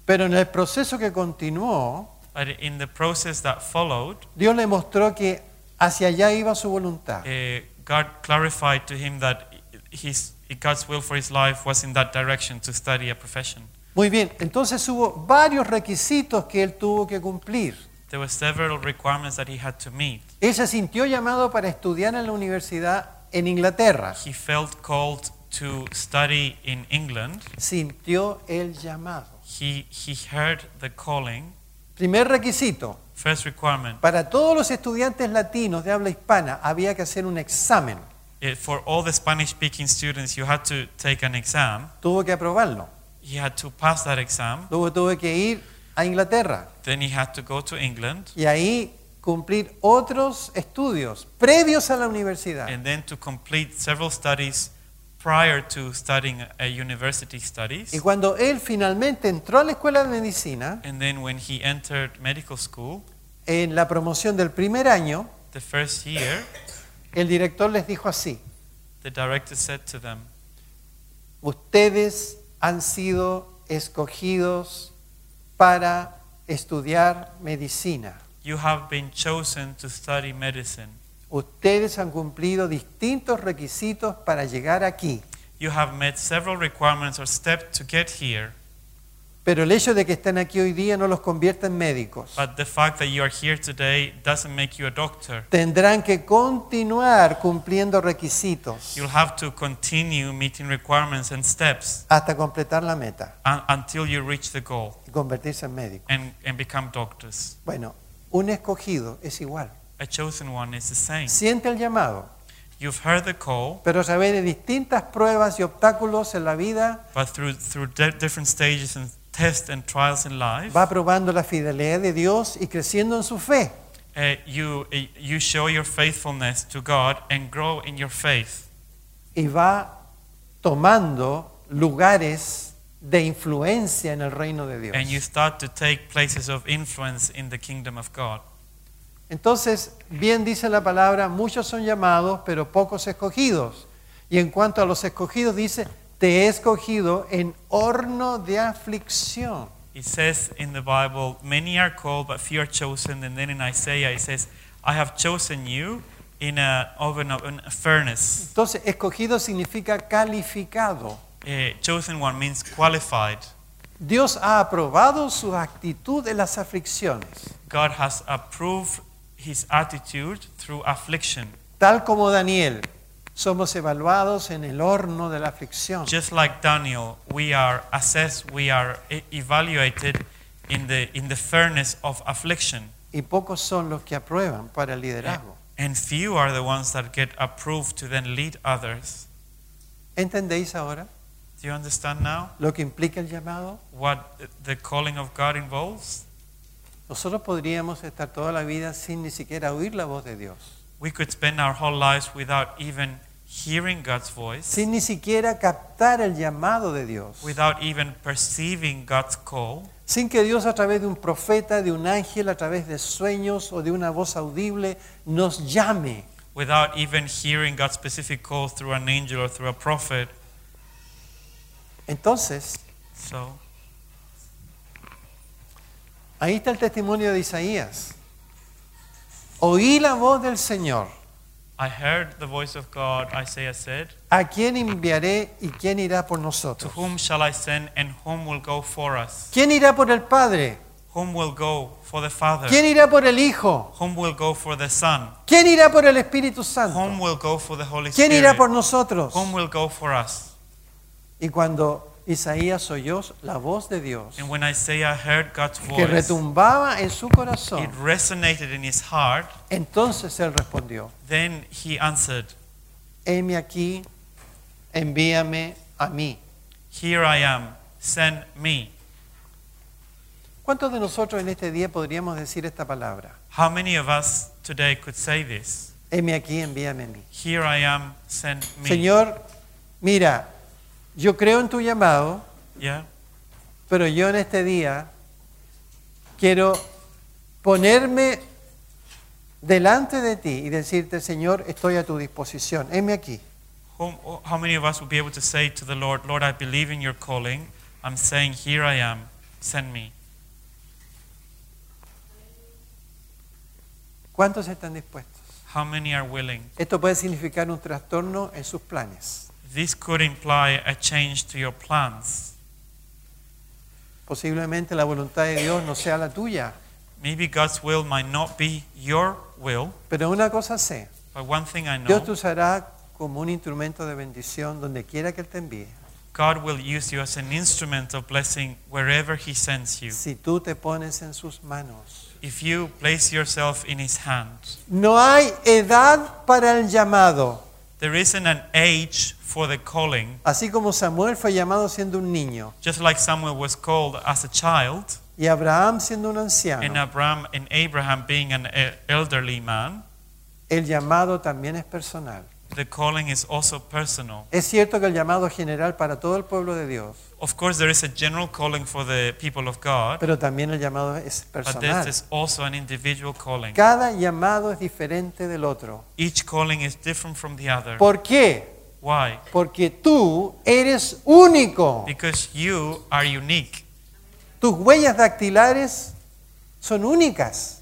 Speaker 4: Pero en el proceso que continuó,
Speaker 3: But in the process that followed,
Speaker 4: Dios le mostró que hacia allá iba su voluntad.
Speaker 3: eh, God clarified to him that his, God's will for his life was in that direction to study a profession.
Speaker 4: Muy bien, entonces hubo varios requisitos que él tuvo que cumplir.
Speaker 3: There were several requirements that he had to meet.
Speaker 4: Él se sintió llamado para estudiar en la universidad en Inglaterra.
Speaker 3: He felt called to study in England.
Speaker 4: Sintió el llamado.
Speaker 3: He, he heard the calling.
Speaker 4: Primer requisito,
Speaker 3: First requirement
Speaker 4: Para todos los estudiantes latinos de habla hispana había que hacer un examen.
Speaker 3: eh, for all the Spanish speaking students, you had to take an exam.
Speaker 4: Tuvo que aprobarlo.
Speaker 3: He had to pass that exam.
Speaker 4: Luego tuve que ir a Inglaterra
Speaker 3: Then he had to go to England
Speaker 4: y ahí cumplir otros estudios previos a la universidad.
Speaker 3: and then to complete several studies prior to studying a university studies.
Speaker 4: Y cuando él finalmente entró a la escuela de medicina,
Speaker 3: And then when he entered medical school,
Speaker 4: en la promoción del primer año,
Speaker 3: the first year,
Speaker 4: el director les dijo así,
Speaker 3: the director said to them,
Speaker 4: ustedes han sido escogidos para estudiar medicina.
Speaker 3: You have been chosen to study medicine.
Speaker 4: Ustedes han cumplido distintos requisitos para llegar aquí,
Speaker 3: You have met several requirements or steps to get here,
Speaker 4: pero el hecho de que estén aquí hoy día no los convierte en médicos.
Speaker 3: but the fact that you are here today doesn't make you a doctor.
Speaker 4: Tendrán que continuar cumpliendo requisitos
Speaker 3: You'll have to continue meeting requirements and steps
Speaker 4: hasta completar la meta
Speaker 3: un- until you reach the goal
Speaker 4: y convertirse en médico.
Speaker 3: and, and become doctors.
Speaker 4: Bueno, un escogido es igual.
Speaker 3: A chosen one is the same.
Speaker 4: Siente el llamado,
Speaker 3: You've heard the call,
Speaker 4: pero a través de distintas pruebas y obstáculos en la vida
Speaker 3: but through, through di- different stages and tests and trials in life,
Speaker 4: va probando la fidelidad de Dios y creciendo en su fe.
Speaker 3: uh, you, uh, you show your faithfulness to God and grow in your faith.
Speaker 4: y va tomando lugares de influencia en el reino de Dios.
Speaker 3: And you start to take places of influence in the kingdom of God.
Speaker 4: Entonces, bien dice la palabra, muchos son llamados, pero pocos escogidos. Y en cuanto a los escogidos, dice, te he escogido en horno de aflicción.
Speaker 3: it says in the Bible, many are called, but few are chosen. And then in Isaiah, it says, I have chosen you in a oven of in a furnace.
Speaker 4: Entonces, escogido significa calificado.
Speaker 3: Eh, chosen one means qualified.
Speaker 4: Dios ha aprobado su actitud en las aflicciones,
Speaker 3: God has approved his attitude through affliction.
Speaker 4: tal como Daniel. Somos evaluados en el horno de la aflicción.
Speaker 3: Just like Daniel, we are assessed, we are e- evaluated in the, in the furnace of affliction.
Speaker 4: Y pocos son los que aprueban para el liderazgo.
Speaker 3: And few are the ones that get approved to then lead others.
Speaker 4: ¿Entendéis ahora
Speaker 3: Do you understand now
Speaker 4: lo que implica el llamado?
Speaker 3: what the calling of God involves?
Speaker 4: Nosotros podríamos estar toda la vida sin ni siquiera oír la voz de Dios,
Speaker 3: We could spend our whole lives without even hearing God's voice,
Speaker 4: sin ni siquiera captar el llamado de Dios,
Speaker 3: without even perceiving God's call,
Speaker 4: sin que Dios a través de un profeta, de un ángel, a través de sueños o de una voz audible nos llame.
Speaker 3: without even hearing God's specific call through an angel or through a prophet.
Speaker 4: Entonces,
Speaker 3: So
Speaker 4: ahí está el testimonio de Isaías. Oí la voz del Señor,
Speaker 3: I heard the voice of God, Isaiah said,
Speaker 4: ¿a quién enviaré y quién irá por
Speaker 3: To
Speaker 4: nosotros?
Speaker 3: whom shall I send and whom will go for us?
Speaker 4: ¿Quién irá por el Padre?
Speaker 3: Whom will go for the Father?
Speaker 4: ¿Quién irá por el Hijo?
Speaker 3: Whom will go for the Son?
Speaker 4: ¿Quién irá por el Espíritu
Speaker 3: Whom
Speaker 4: Santo?
Speaker 3: will go for the Holy
Speaker 4: ¿Quién irá
Speaker 3: Spirit?
Speaker 4: por nosotros?
Speaker 3: Whom will go for us?
Speaker 4: Y cuando Isaías oyó la voz de Dios
Speaker 3: And when Isaiah heard God's
Speaker 4: que
Speaker 3: voice, it
Speaker 4: retumbaba en su corazón,
Speaker 3: resonated in his heart.
Speaker 4: entonces él respondió,
Speaker 3: Then he answered,
Speaker 4: heme aquí, envíame a mí.
Speaker 3: Here I am, send me.
Speaker 4: ¿Cuántos de nosotros en este día podríamos decir esta palabra?
Speaker 3: How many of us today could say this?
Speaker 4: Heme aquí, envíame a mí.
Speaker 3: Here I am, send me.
Speaker 4: Señor, mira, yo creo en tu llamado,
Speaker 3: Yeah?
Speaker 4: pero yo en este día quiero ponerme delante de ti y decirte, Señor, estoy a tu disposición. Heme aquí.
Speaker 3: Whom, how many of us would be able to say to the Lord, Lord, I believe in your calling. I'm saying, Here I am, send me.
Speaker 4: ¿Cuántos están dispuestos?
Speaker 3: How many are willing?
Speaker 4: Esto puede significar un trastorno en sus planes,
Speaker 3: This could imply a change to your plans.
Speaker 4: posiblemente la voluntad de Dios no sea la tuya,
Speaker 3: Maybe God's will might not be your will,
Speaker 4: pero una cosa sé,
Speaker 3: but one thing I
Speaker 4: Dios
Speaker 3: know
Speaker 4: te usará como un instrumento de bendición donde quiera que Él te envíe,
Speaker 3: God will use you as an instrument of blessing wherever He sends you.
Speaker 4: si tú te pones en sus manos.
Speaker 3: If you place yourself in His hand,
Speaker 4: No hay edad para el llamado,
Speaker 3: there isn't an age for the calling.
Speaker 4: así como Samuel fue llamado siendo un niño
Speaker 3: Just like Samuel was called as a child,
Speaker 4: y Abraham siendo un
Speaker 3: and
Speaker 4: anciano,
Speaker 3: Abraham and Abraham being an e- elderly man,
Speaker 4: el llamado también es personal.
Speaker 3: the calling is also personal.
Speaker 4: Es cierto que el llamado es general para todo el pueblo de Dios,
Speaker 3: Of course, there is a general calling for the people of God,
Speaker 4: pero también el llamado es
Speaker 3: but
Speaker 4: personal.
Speaker 3: there is also an individual calling.
Speaker 4: Cada llamado es diferente del otro.
Speaker 3: Each calling is different from the other.
Speaker 4: ¿Por qué?
Speaker 3: Why?
Speaker 4: Porque tú eres único.
Speaker 3: Because you are unique.
Speaker 4: Tus huellas dactilares son únicas.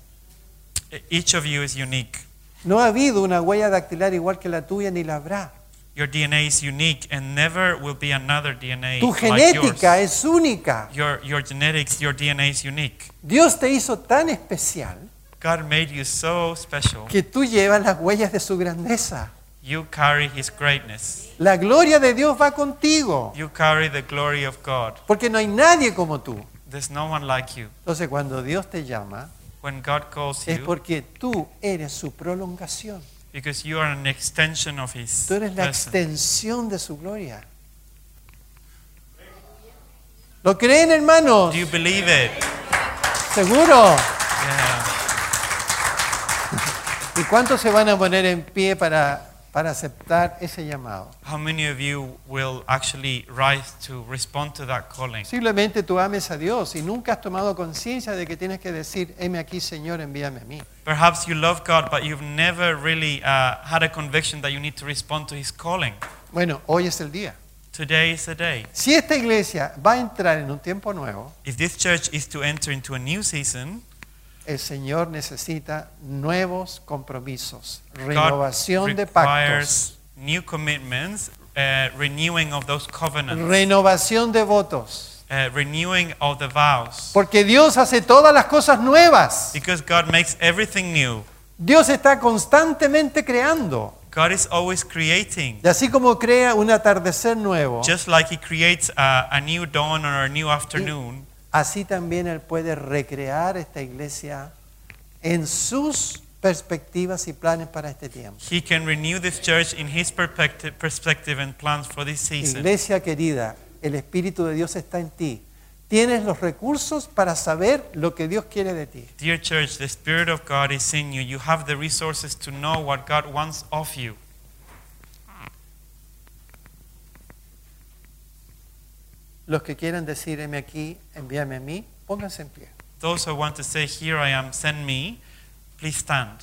Speaker 3: E- Each of you is unique.
Speaker 4: No ha habido una huella dactilar igual que la tuya ni la habrá.
Speaker 3: Your DNA is unique and never will be another DNA
Speaker 4: Tu
Speaker 3: like
Speaker 4: genética
Speaker 3: yours.
Speaker 4: es única.
Speaker 3: Your, your genetics, your DNA is unique.
Speaker 4: Dios te hizo tan especial
Speaker 3: God made you so special.
Speaker 4: que tú llevas las huellas de su grandeza.
Speaker 3: You carry His greatness.
Speaker 4: La gloria de Dios va contigo,
Speaker 3: You carry the glory of God.
Speaker 4: porque no hay nadie como tú.
Speaker 3: There's no one like you.
Speaker 4: Entonces cuando Dios te llama
Speaker 3: When God calls
Speaker 4: es
Speaker 3: you,
Speaker 4: porque tú eres su prolongación.
Speaker 3: because you are an extension of His
Speaker 4: Tú eres la
Speaker 3: person.
Speaker 4: extensión de su gloria. ¿Lo creen, hermanos?
Speaker 3: Do you believe it?
Speaker 4: Seguro.
Speaker 3: Yeah.
Speaker 4: ¿Y cuántos se van a poner en pie para, para aceptar ese llamado?
Speaker 3: How many of you will actually rise to respond to that calling?
Speaker 4: Posiblemente tú ames a Dios y nunca has tomado conciencia de que tienes que decir, heme aquí, Señor, envíame a mí.
Speaker 3: Perhaps you love God, but you've never really uh, had a conviction that you need to respond to His calling.
Speaker 4: Bueno, hoy es el día.
Speaker 3: Today is the day.
Speaker 4: Si esta iglesia va a entrar en un tiempo nuevo,
Speaker 3: If this church is to enter into a new season,
Speaker 4: el Señor necesita nuevos compromisos,
Speaker 3: God
Speaker 4: renovación de pactos,
Speaker 3: requires new commitments, uh, renewing of those covenants,
Speaker 4: renovación de votos.
Speaker 3: uh, renewing of the vows.
Speaker 4: Porque Dios hace todas las cosas nuevas.
Speaker 3: Because God makes everything new.
Speaker 4: Dios está constantemente creando.
Speaker 3: God is always creating.
Speaker 4: Y así como crea un atardecer nuevo,
Speaker 3: Just like He creates a, a new dawn or a new afternoon,
Speaker 4: así también Él puede recrear esta iglesia en sus perspectivas y planes para este tiempo.
Speaker 3: He can renew this church in His perspective, perspective and plans for this season.
Speaker 4: Iglesia querida, el Espíritu de Dios está en ti. Tienes los recursos para saber lo que Dios quiere de ti.
Speaker 3: Dear church, the Spirit of God is in you. You have the resources to know what God wants of you.
Speaker 4: Los que quieran decir, "Heme aquí, envíame a mí, pónganse en pie.
Speaker 3: Those who want to say, Here I am, send me, please stand.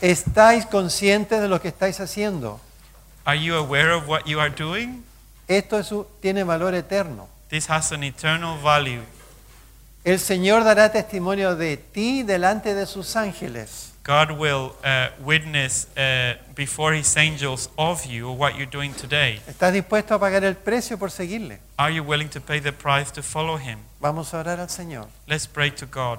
Speaker 4: ¿Estáis conscientes de lo que estáis haciendo?
Speaker 3: Are you aware of what you are doing?
Speaker 4: Esto es un- tiene valor eterno.
Speaker 3: This has an eternal value.
Speaker 4: El Señor dará testimonio de ti delante de sus ángeles.
Speaker 3: God will uh, witness uh, before His angels of you what you're doing today.
Speaker 4: ¿Estás dispuesto a pagar el precio por seguirle?
Speaker 3: Are you willing to pay the price to follow Him?
Speaker 4: Vamos a orar al Señor.
Speaker 3: Let's pray to God.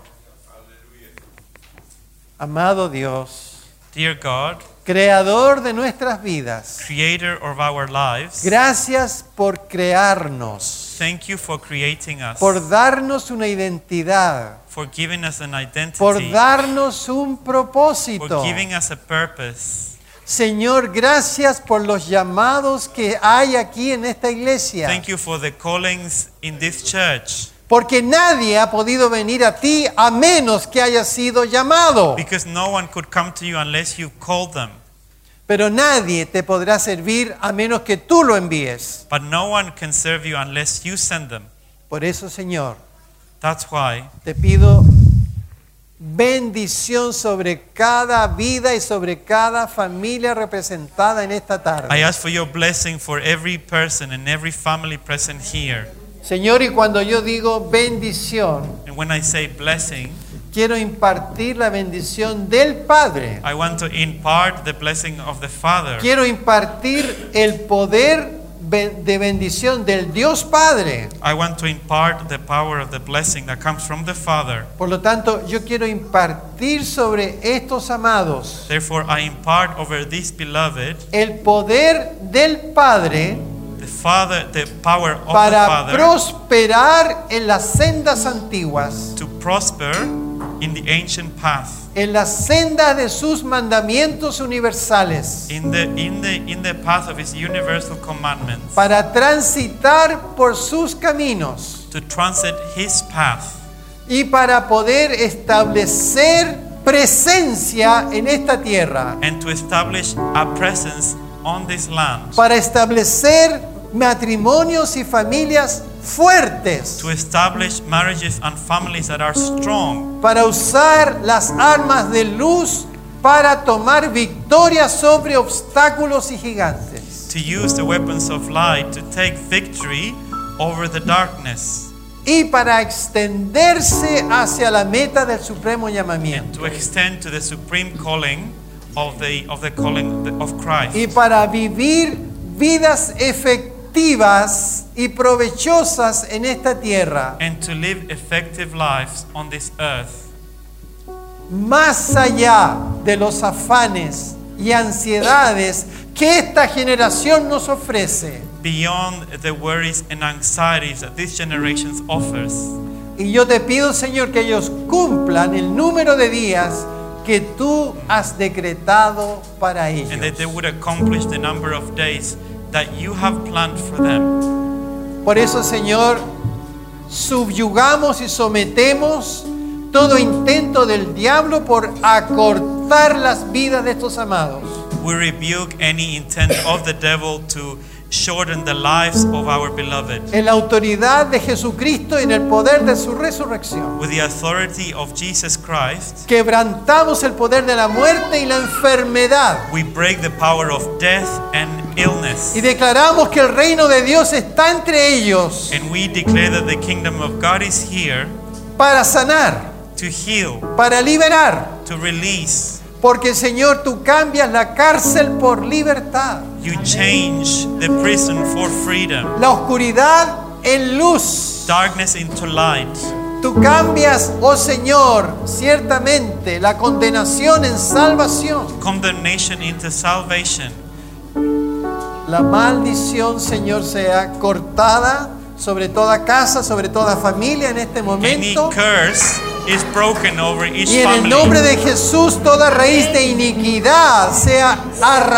Speaker 4: Amado Dios,
Speaker 3: Dear God,
Speaker 4: creador de nuestras vidas,
Speaker 3: Creator of our lives,
Speaker 4: gracias por crearnos,
Speaker 3: thank you for creating us,
Speaker 4: por darnos una identidad,
Speaker 3: for giving us an identity,
Speaker 4: por darnos un
Speaker 3: for
Speaker 4: propósito.
Speaker 3: giving us a purpose.
Speaker 4: Señor, gracias por los llamados que hay aquí en esta iglesia,
Speaker 3: Thank you for the callings in this church.
Speaker 4: porque nadie ha podido venir a ti a menos que haya sido llamado.
Speaker 3: Because no one could come to you unless you called them.
Speaker 4: Pero nadie te podrá servir a menos que tú lo envíes.
Speaker 3: But no one can serve you unless you send them.
Speaker 4: Por eso, Señor,
Speaker 3: That's why
Speaker 4: te pido bendición sobre cada vida y sobre cada familia representada en esta
Speaker 3: I
Speaker 4: tarde.
Speaker 3: ask for your blessing for every person and every family present here.
Speaker 4: Señor, y cuando yo digo bendición,
Speaker 3: And when I say blessing,
Speaker 4: quiero impartir la bendición del Padre.
Speaker 3: I want to impart the blessing of the Father.
Speaker 4: Quiero impartir el poder ben- de bendición del Dios Padre.
Speaker 3: I want to impart the power of the blessing that comes from the Father.
Speaker 4: Por lo tanto, yo quiero impartir sobre estos amados
Speaker 3: Therefore, I impart over this beloved
Speaker 4: el poder del Padre
Speaker 3: the Father, the power of the
Speaker 4: para
Speaker 3: Father
Speaker 4: prosperar en las sendas antiguas,
Speaker 3: to prosper in the ancient path.
Speaker 4: en las sendas de sus mandamientos universales,
Speaker 3: in the in the in the path of his universal commandments
Speaker 4: para transitar por sus caminos
Speaker 3: to transit his path
Speaker 4: y para poder establecer presencia en esta tierra,
Speaker 3: and to establish a presence on this land
Speaker 4: para establecer matrimonios y familias fuertes,
Speaker 3: to establish marriages and families that are strong
Speaker 4: para usar las armas de luz para tomar victoria sobre obstáculos y gigantes
Speaker 3: to use the weapons of light to take victory over the darkness
Speaker 4: y para extenderse hacia la meta del supremo llamamiento
Speaker 3: to extend to the supreme calling of the of the calling of Christ
Speaker 4: y para vivir vidas efectivas y provechosas en esta tierra,
Speaker 3: and to live effective lives on this earth
Speaker 4: más allá de los afanes y ansiedades que esta generación nos ofrece.
Speaker 3: beyond the worries and anxieties that this generation offers
Speaker 4: Y yo te pido, Señor, que ellos cumplan el número de días que tú has decretado para ellos.
Speaker 3: and that they would accomplish the number of days that you have planned for them.
Speaker 4: Por eso, Señor, subyugamos y sometemos todo intento del diablo por acortar las vidas de estos amados.
Speaker 3: We rebuke any intent of the devil to shorten the lives of our beloved.
Speaker 4: en la autoridad de Jesucristo y en el poder de su resurrección.
Speaker 3: With the authority of Jesus Christ,
Speaker 4: Quebrantamos el poder de la muerte y la enfermedad
Speaker 3: we break the power of death and illness.
Speaker 4: y declaramos que el reino de Dios está entre ellos
Speaker 3: And we declare that the kingdom of God is here
Speaker 4: para sanar,
Speaker 3: to heal,
Speaker 4: para liberar,
Speaker 3: to release.
Speaker 4: porque Señor, tú cambias la cárcel por libertad,
Speaker 3: You change the prison for freedom,
Speaker 4: la oscuridad en luz.
Speaker 3: darkness into light.
Speaker 4: Tú cambias, oh Señor, ciertamente la condenación en salvación,
Speaker 3: condemnation into salvation.
Speaker 4: la maldición, Señor, sea cortada sobre toda casa, sobre toda familia en este
Speaker 3: Any
Speaker 4: momento.
Speaker 3: curse is broken over each
Speaker 4: Y en el nombre
Speaker 3: family.
Speaker 4: de Jesús toda raíz de iniquidad sea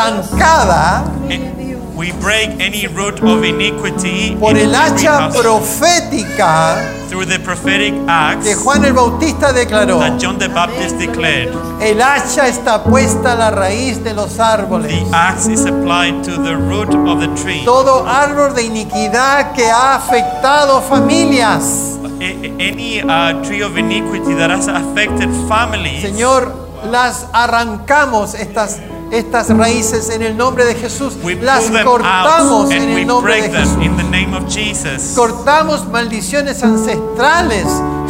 Speaker 4: arrancada
Speaker 3: And Eh, We break any root of iniquity
Speaker 4: por
Speaker 3: in
Speaker 4: el
Speaker 3: every
Speaker 4: hacha
Speaker 3: house
Speaker 4: profética
Speaker 3: through the prophetic
Speaker 4: que
Speaker 3: acts
Speaker 4: Juan el Bautista declaró.
Speaker 3: that John the Baptist declared.
Speaker 4: El hacha está puesta a la raíz de los árboles.
Speaker 3: The axe is applied to the root of the tree.
Speaker 4: Todo árbol de iniquidad que ha afectado familias.
Speaker 3: A- a- Eh, Any uh, tree of iniquity that has affected families,
Speaker 4: Señor, las arrancamos estas estas raíces en el nombre de Jesús.
Speaker 3: we pull
Speaker 4: Las
Speaker 3: them out
Speaker 4: cortamos en
Speaker 3: and
Speaker 4: el
Speaker 3: we
Speaker 4: nombre
Speaker 3: break
Speaker 4: de
Speaker 3: them
Speaker 4: Jesús.
Speaker 3: in the name of Jesus.
Speaker 4: Cortamos maldiciones ancestrales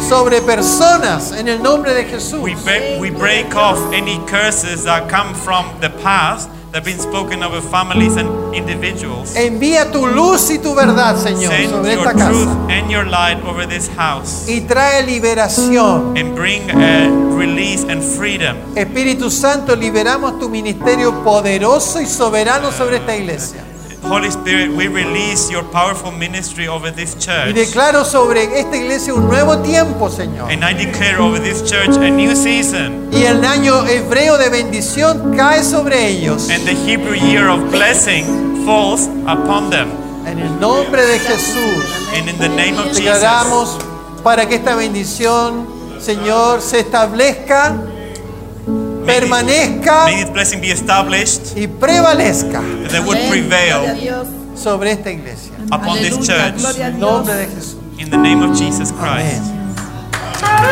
Speaker 4: sobre personas en el nombre de Jesús.
Speaker 3: We, break- we break off any curses that come from the past that have been spoken over families and individuals.
Speaker 4: Envía tu luz y tu verdad, Señor,
Speaker 3: Send
Speaker 4: sobre
Speaker 3: your
Speaker 4: esta
Speaker 3: truth
Speaker 4: casa.
Speaker 3: and your light over this house
Speaker 4: Y trae liberación.
Speaker 3: and bring uh, release and freedom.
Speaker 4: Espíritu Santo, liberamos tu ministerio poderoso y soberano sobre esta iglesia.
Speaker 3: Holy Spirit, we release your powerful ministry over this
Speaker 4: Y
Speaker 3: church.
Speaker 4: declaro sobre esta iglesia un nuevo tiempo, Señor.
Speaker 3: And I declare over this church a new season
Speaker 4: Y el año hebreo de bendición cae sobre ellos.
Speaker 3: and the Hebrew year of blessing falls upon them.
Speaker 4: En el nombre de Jesús.
Speaker 3: And in the name of Jesus,
Speaker 4: Declaramos para que esta bendición, Señor, se establezca, permanezca
Speaker 3: may this blessing be established
Speaker 4: y prevalezca
Speaker 3: and that would prevail.
Speaker 4: sobre esta iglesia.
Speaker 3: upon this church
Speaker 4: En nombre de Jesús.
Speaker 3: in the name of Jesus Christ.
Speaker 4: Amén.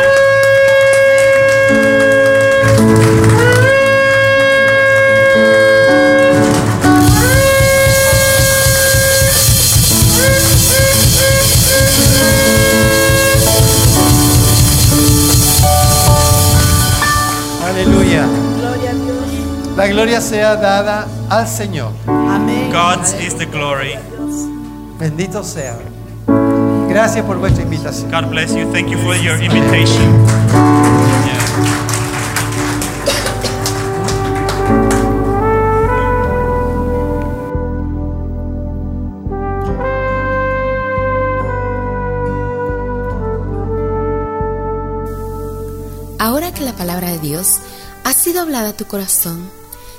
Speaker 4: Aleluya.
Speaker 5: Gloria a Dios.
Speaker 4: La gloria sea dada al Señor.
Speaker 5: Amén.
Speaker 3: God's is the glory.
Speaker 4: Bendito sea. Gracias por vuestra invitación.
Speaker 3: God bless you. Thank you for your invitation. Yeah.
Speaker 6: Ahora que la palabra de Dios ha sido hablada a tu corazón,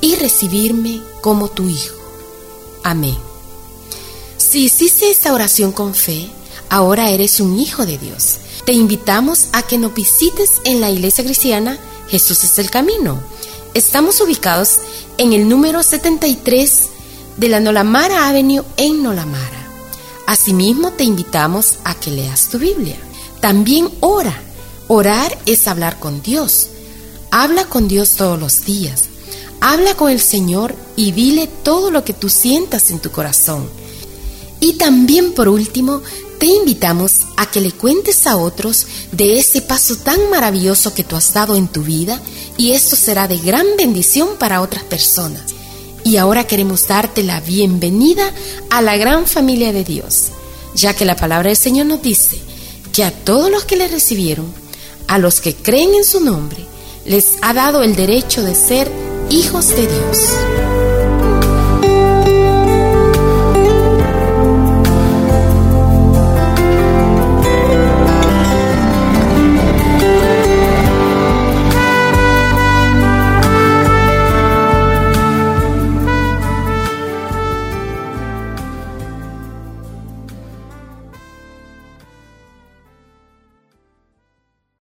Speaker 6: y recibirme como tu Hijo. Amén. Si hiciste esta oración con fe, ahora eres un hijo de Dios. Te invitamos a que nos visites en la iglesia cristiana Jesús es el Camino. Estamos ubicados en el número 73 de la Nolamara Avenue en Nolamara. Asimismo, te invitamos a que leas tu Biblia. También ora. Orar es hablar con Dios. Habla con Dios todos los días. Habla con el Señor y dile todo lo que tú sientas en tu corazón. Y también por último, te invitamos a que le cuentes a otros de ese paso tan maravilloso que tú has dado en tu vida y esto será de gran bendición para otras personas. Y ahora queremos darte la bienvenida a la gran familia de Dios, ya que la palabra del Señor nos dice que a todos los que le recibieron, a los que creen en su nombre, les ha dado el derecho de ser hijos de Dios.